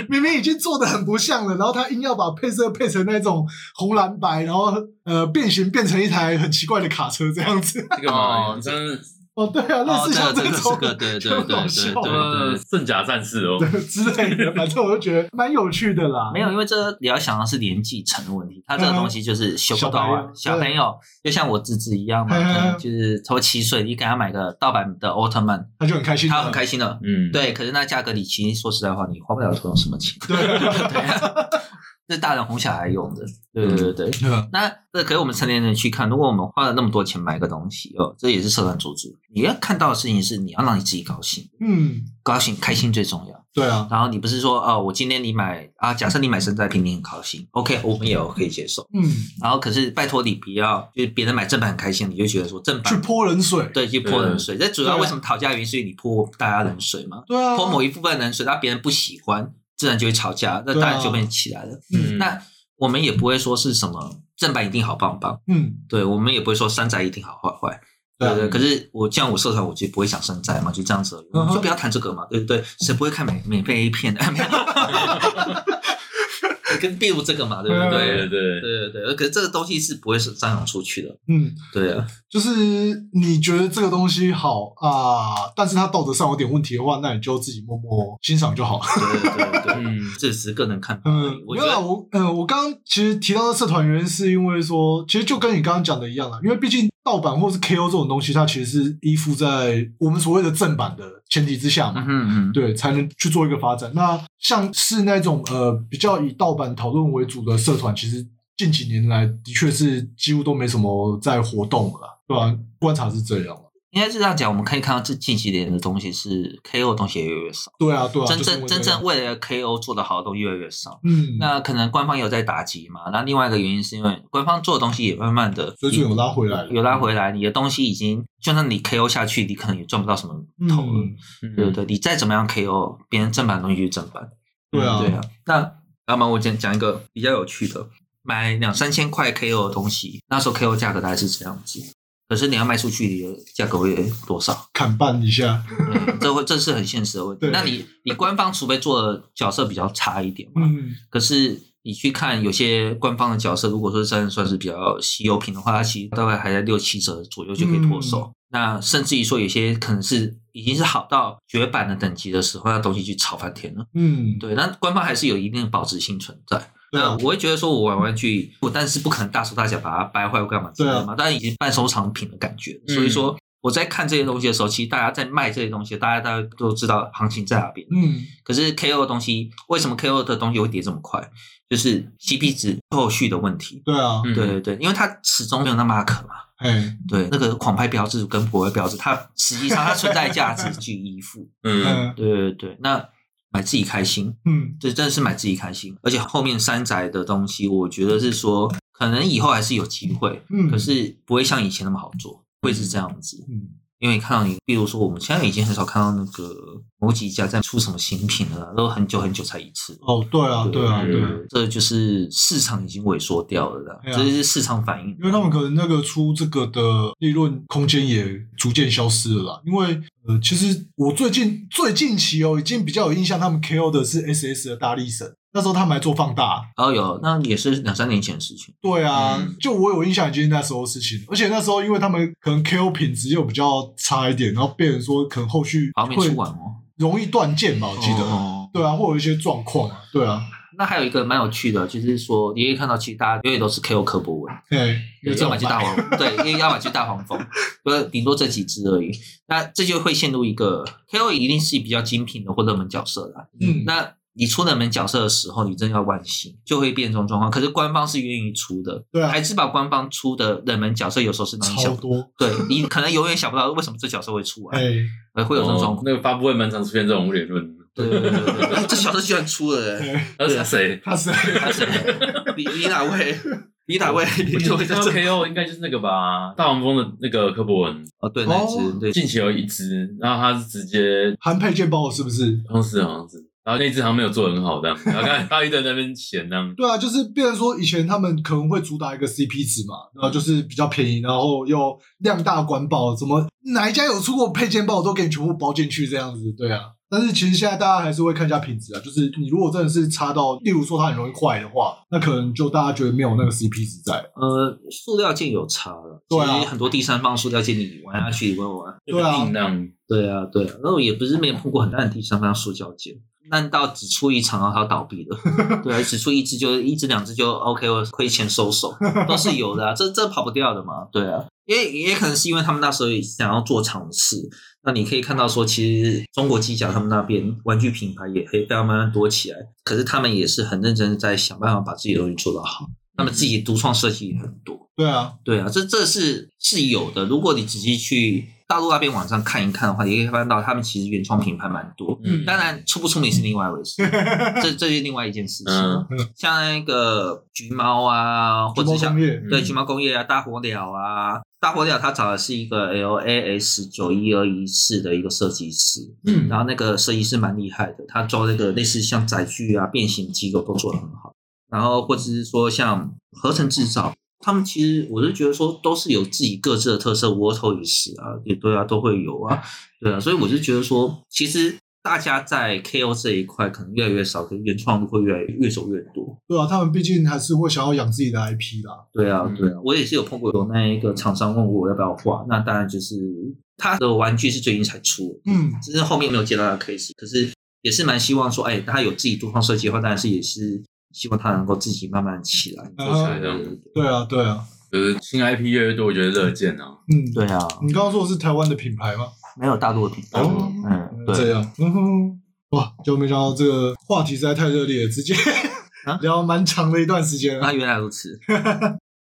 Speaker 1: [LAUGHS] 明明已经做的很不像了，然后他硬要把配色配成那种红蓝白，然后呃变形变成一台很奇怪的卡车这样子。 [LAUGHS]
Speaker 3: 这个嘛，真
Speaker 1: 哦，对啊，类
Speaker 2: 哦，
Speaker 1: 似
Speaker 2: 这
Speaker 1: 像
Speaker 2: 个这个
Speaker 1: 种
Speaker 2: 是个
Speaker 1: [LAUGHS]
Speaker 2: 对对对
Speaker 1: 这种
Speaker 2: 对
Speaker 1: 笑
Speaker 2: 对
Speaker 1: 话
Speaker 2: 对
Speaker 3: 呃
Speaker 2: 对。
Speaker 3: 圣甲战士哦，
Speaker 1: 之类的，反正我就觉得蛮有趣的啦。
Speaker 2: 没有，因为这你要想的是年纪层的问题，他这个东西就是修不到啊。
Speaker 1: 嗯小
Speaker 2: 小
Speaker 1: 朋友
Speaker 2: 朋友就像我侄子一样嘛，
Speaker 1: 嗯
Speaker 2: 可能就是头七岁，你给他买个盗版的奥特曼，
Speaker 1: 他就很开心，啊
Speaker 2: 他很开心的。
Speaker 3: 嗯，
Speaker 2: 对，可是那价格你其实说实在话，你花不了多少什么钱。
Speaker 1: 对，
Speaker 2: 对啊，是大人哄小孩用的。对对对对。
Speaker 1: [LAUGHS] 对啊吧？
Speaker 2: 那这可以我们成年人去看，如果我们花了那么多钱买个东西哦，这也是社团组织。你要看到的事情是，你要让你自己高兴，
Speaker 1: 嗯，
Speaker 2: 高兴开心最重要。
Speaker 1: 对啊，
Speaker 2: 然后你不是说啊、我今天你买啊，假设你买山寨品，你很高兴，OK，我们也可以接受。
Speaker 1: 嗯，
Speaker 2: 然后可是拜托你不要，就是别人买正版很开心，你就觉得说正
Speaker 1: 去
Speaker 2: 版
Speaker 1: 泼冷水，
Speaker 2: 对去泼冷水，这主要
Speaker 1: 对
Speaker 2: 为什么讨价原因是因为你泼大家冷水嘛，
Speaker 1: 对啊，
Speaker 2: 泼某一部分冷水，那别人不喜欢，自然就会吵架，那当然就会起来了。
Speaker 1: 嗯
Speaker 2: 那我们也不会说是什么正版一定好棒棒，
Speaker 1: 嗯，
Speaker 2: 对我们也不会说山寨一定好坏坏。
Speaker 1: 对
Speaker 2: 对
Speaker 1: 啊
Speaker 2: 对，可是我像我社团，我就不会想山寨嘛，就这样子而已，
Speaker 1: 嗯
Speaker 2: 我
Speaker 1: 哼
Speaker 2: 们就不要谈这个嘛，对不对？谁不会看免免费 A 片的？ [LAUGHS] 跟例如这个嘛，对不
Speaker 3: 对
Speaker 2: 对？
Speaker 3: 对对，
Speaker 2: 对对对，可是这个东西是不会是张扬出去的，
Speaker 1: 嗯，
Speaker 2: 对啊，
Speaker 1: 就是你觉得这个东西好啊、但是它道德上有点问题的话，那你就自己默默欣赏就好。
Speaker 2: 对对对对，
Speaker 3: 嗯，
Speaker 2: [LAUGHS] 这只是个人看法而
Speaker 1: 嗯
Speaker 2: 已。，我
Speaker 1: 没有
Speaker 2: 觉
Speaker 1: 啦，
Speaker 2: 得
Speaker 1: 我嗯，我刚刚其实提到的社团原因是因为说，其实就跟你刚刚讲的一样啦，因为毕竟盗版或是 KO 这种东西，它其实是依附在我们所谓的正版的前提之下嘛
Speaker 2: 嗯。哼嗯，
Speaker 1: 对，才能去做一个发展。那像是那种呃比较以盗版讨论为主的社团，其实近几年来的确是几乎都没什么在活动了啦，对吧、观察是这样啦
Speaker 2: 应该是这样讲，我们可以看到这近几年的东西是 KO 的东西也越来越少，
Speaker 1: 对啊，对啊，
Speaker 2: 真
Speaker 1: 就是因
Speaker 2: 正
Speaker 1: 为
Speaker 2: 真
Speaker 1: 这样
Speaker 2: 正为了 KO 做的好的东西越来越少。
Speaker 1: 嗯，
Speaker 2: 那可能官方有在打击嘛，那另外一个原因是因为官方做的东西也慢慢的
Speaker 1: 水准有拉回来了，嗯
Speaker 2: 有拉回来，你的东西已经就算你 KO 下去，你可能也赚不到什么头了，
Speaker 1: 嗯，
Speaker 2: 对不对？你再怎么样 KO，别人正版的东西就是正版，
Speaker 1: 对啊，
Speaker 2: 对啊。那那么我讲讲一个比较有趣的，买两三千块 KO 的东西，那时候 KO 价格大概是这样子，可是你要卖出去，你的价格会多少？
Speaker 1: 砍半一下，
Speaker 2: 嗯、这会这是很现实的问题
Speaker 1: [LAUGHS] 对。
Speaker 2: 那你你官方除非做的角色比较差一点嘛，
Speaker 1: 嗯，
Speaker 2: 可是你去看有些官方的角色，如果说真的算是比较稀有品的话，它其实大概还在六七折左右就可以脱
Speaker 1: 嗯
Speaker 2: 手。那甚至于说有些可能是已经是好到绝版的等级的时候，那东西去炒翻天了。
Speaker 1: 嗯，
Speaker 2: 对，那官方还是有一定的保值性存在。
Speaker 1: 对
Speaker 2: 那
Speaker 1: 啊，
Speaker 2: 我会觉得说，我玩玩具，我但是不可能大手大脚把它掰坏或干嘛之类
Speaker 1: 啊
Speaker 2: 的嘛，但已经半收藏品的感觉。
Speaker 3: 嗯
Speaker 2: 所以说我在看这些东西的时候，其实大家在卖这些东西，大家大家都知道行情在哪边。
Speaker 1: 嗯，
Speaker 2: 可是 KO 的东西，为什么 KO 的东西会跌这么快？就是 CP 值后续的问题。
Speaker 1: 对啊，
Speaker 3: 嗯
Speaker 2: 对对对，因为它始终没有那 mark 嘛。
Speaker 1: 哎，
Speaker 2: 对，那个狂拍标志跟不会标志，它实际上它存在价值去依附。
Speaker 3: 嗯，
Speaker 1: 嗯
Speaker 2: 对对对，那买自己开心，
Speaker 1: 嗯，
Speaker 2: 这真的是买自己开心。而且后面山宅的东西，我觉得是说，可能以后还是有机会，
Speaker 1: 嗯
Speaker 2: 可是不会像以前那么好做，会是这样子。
Speaker 1: 嗯，
Speaker 2: 因为看到你，比如说我们现在已经很少看到那个某几家在出什么新品了啦，都很久很久才一次。
Speaker 1: 哦，对啊，对啊，对啊。
Speaker 3: 嗯
Speaker 2: 这就是市场已经萎缩掉了啦，
Speaker 1: 对啊
Speaker 2: 这是市场反应。
Speaker 1: 因为他们可能那个出这个的利润空间也逐渐消失了啦。因为呃，其实我最近最近期哦，已经比较有印象，他们 KO 的是 SS 的大力神，那时候他们还做放大。
Speaker 2: 然后有那也是两三年前的事情，
Speaker 1: 对啊，
Speaker 3: 嗯
Speaker 1: 就我有印象已经是那时候的事情，而且那时候因为他们可能 KO 品质又比较差一点，然后变成说可能后续
Speaker 2: 好像没
Speaker 1: 会
Speaker 2: 出完哦。
Speaker 1: 容易断件吧，我记得。
Speaker 2: 哦
Speaker 1: 对啊，会有一些状况啊，对啊，
Speaker 2: 那还有一个蛮有趣的，就是说你可以看到，其实大家永远都是 KO 科博文，
Speaker 1: 哎，
Speaker 2: 要么就大黄， [LAUGHS] 对，因为要么就大黄蜂，就是顶多这几只而已。那这就会陷入一个 KO 一定是比较精品的或热门角色啦。
Speaker 1: 嗯
Speaker 2: 那你出冷门角色的时候，你真的要惋惜，就会变这种状况。可是官方是愿意出的，
Speaker 1: 对啊
Speaker 2: 还是把官方出的冷门角色有时候是让你
Speaker 1: 超
Speaker 2: 想不，
Speaker 1: 多，
Speaker 2: 对你可能永远想不到为什么这角色会出来，
Speaker 1: 哎，
Speaker 2: 呃会有这种状
Speaker 3: 哦
Speaker 2: 况。
Speaker 3: 那个发布会蛮常出现这种理论，
Speaker 2: 对对对对对
Speaker 3: [LAUGHS]
Speaker 2: 对，哎这角色居然出了、欸，
Speaker 1: 哎
Speaker 3: 那是谁？
Speaker 1: 他是 [LAUGHS]
Speaker 2: 他是你你哪位？你哪位？ [LAUGHS] 你
Speaker 3: 我记
Speaker 2: [LAUGHS] 就
Speaker 3: 得
Speaker 2: 会在这
Speaker 3: KO 应该就是那个吧，大黄蜂的那个科博文，
Speaker 2: 哦，对，那一
Speaker 1: 哦
Speaker 2: 只对，
Speaker 3: 近期有一只，然后他是直接
Speaker 1: 含配件包是不是？
Speaker 3: 好像是好像是，然后那只好像没有做得很好这样，然后看大一在那边闲这样，
Speaker 1: 对啊，就是变成说以前他们可能会主打一个 CP 值嘛，然后就是比较便宜，然后又量大管饱，怎么哪一家有出过配件包，我都给你全部包进去这样子，对啊。但是其实现在大家还是会看一下品质啊，就是你如果真的是差到，例如说它很容易坏的话，那可能就大家觉得没有那个 CP 值在。
Speaker 2: 呃，塑料件有差了，
Speaker 1: 对啊
Speaker 2: 其实很多第三方塑料件你玩下去，你会玩。
Speaker 1: [LAUGHS] 对啊
Speaker 3: 硬这样，嗯
Speaker 2: 对啊，对啊，那我也不是没有碰过很烂的第三方塑胶件，烂到只出一场然后它倒闭了，对啊，只出一只就一只两只就 OK，我亏钱收手都是有的、啊，这这跑不掉的嘛，对啊，因为也可能是因为他们那时候也想要做尝试，那你可以看到说，其实中国机甲他们那边玩具品牌也可以被他慢慢多起来，可是他们也是很认真地在想办法把自己的东西做到好，他们自己独创设计也很多，
Speaker 1: 对啊，
Speaker 2: 对啊，这这是是有的。如果你仔细去大陆那边网上看一看的话，也可以看到他们其实原创品牌蛮多。
Speaker 3: 嗯
Speaker 2: 当然，出不出名是另外一回
Speaker 3: [LAUGHS]
Speaker 2: 事，这这是另外一件事情。
Speaker 3: 嗯
Speaker 2: 像那个橘猫啊，或
Speaker 1: 橘
Speaker 2: 者
Speaker 1: 猫
Speaker 2: 像
Speaker 1: 工业，
Speaker 2: 对
Speaker 3: 嗯
Speaker 2: 橘猫工业啊、大火鸟啊、大火鸟，它找的是一个 LAS 九一二一四的一个设计师，
Speaker 1: 嗯
Speaker 2: 然后那个设计师蛮厉害的，他做那个类似像载具啊、变形机构都做得很好。然后或者是说像合成制造，他们其实我是觉得说都是有自己各自的特色，窝头也是啊，也对啊，都会有啊，对啊，所以我就觉得说，其实大家在 KO 这一块可能越来越少，可是原创路会越来越越走越多。
Speaker 1: 对啊，他们毕竟还是会想要养自己的 IP 啦。
Speaker 2: 对啊
Speaker 3: 嗯，
Speaker 2: 对啊，我也是有碰过有那一个厂商问我要不要画，那当然就是他的玩具是最近才出的，
Speaker 1: 嗯，
Speaker 2: 只是后面没有接到他的 case，可是也是蛮希望说，哎，他有自己独创设计的话，当然是也是希望他能够自己慢慢起来。
Speaker 1: 嗯
Speaker 3: 做起来
Speaker 2: 对
Speaker 3: 这样，
Speaker 2: 对
Speaker 1: 对啊，对啊，
Speaker 3: 就是新 IP 越来越多，我觉得乐见啊。
Speaker 1: 嗯，
Speaker 2: 对。啊，
Speaker 1: 你刚刚说的是台湾的品牌吗？
Speaker 2: 没有大陆的品牌，
Speaker 1: 哦
Speaker 2: 嗯，
Speaker 1: 这
Speaker 2: 对，
Speaker 1: 样，嗯哼，哇，就没想到这个话题实在太热烈了，直接
Speaker 2: 啊
Speaker 1: [LAUGHS] 聊蛮长的一段时间了。
Speaker 2: 那原来如此，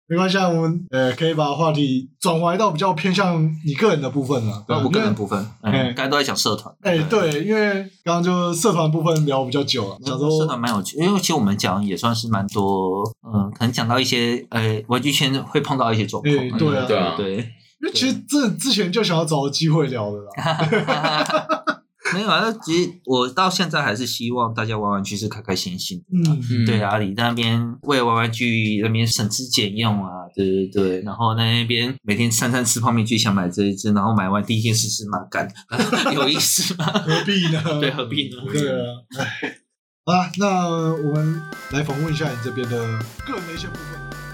Speaker 1: 没关系，啊，我们呃可以把话题转回到比较偏向你个人的部分了。对
Speaker 2: 啊那我个人
Speaker 1: 因为
Speaker 2: 的部分，嗯，
Speaker 1: 嗯
Speaker 2: 刚才都在讲社团，
Speaker 1: 哎、，对，因为刚刚就社团部分聊比较久了，想说
Speaker 2: 嗯社团蛮有趣，因为其实我们讲也算是蛮多，嗯，可能讲到一些呃玩具圈会碰到一些状况
Speaker 1: 哎，对啊
Speaker 2: 嗯
Speaker 3: 对啊
Speaker 2: 对。
Speaker 1: 因为其实这之前就想要找机会聊的
Speaker 2: [LAUGHS]
Speaker 1: 啦。
Speaker 2: 没有啊，其实我到现在还是希望大家玩玩具是开开心心的。
Speaker 1: 嗯，
Speaker 3: 嗯
Speaker 2: 对，啊，你那边为了玩玩具那边省吃俭用啊，对对对，然后那边每天三餐吃泡面就想买这一只，然后买完第一件事是马干， [LAUGHS] 有意思吗？
Speaker 1: 何必呢？
Speaker 2: [LAUGHS] 对，何必呢？
Speaker 1: 嗯对啊，哎，好啦，那我们来访问一下你这边的个人的一些部分。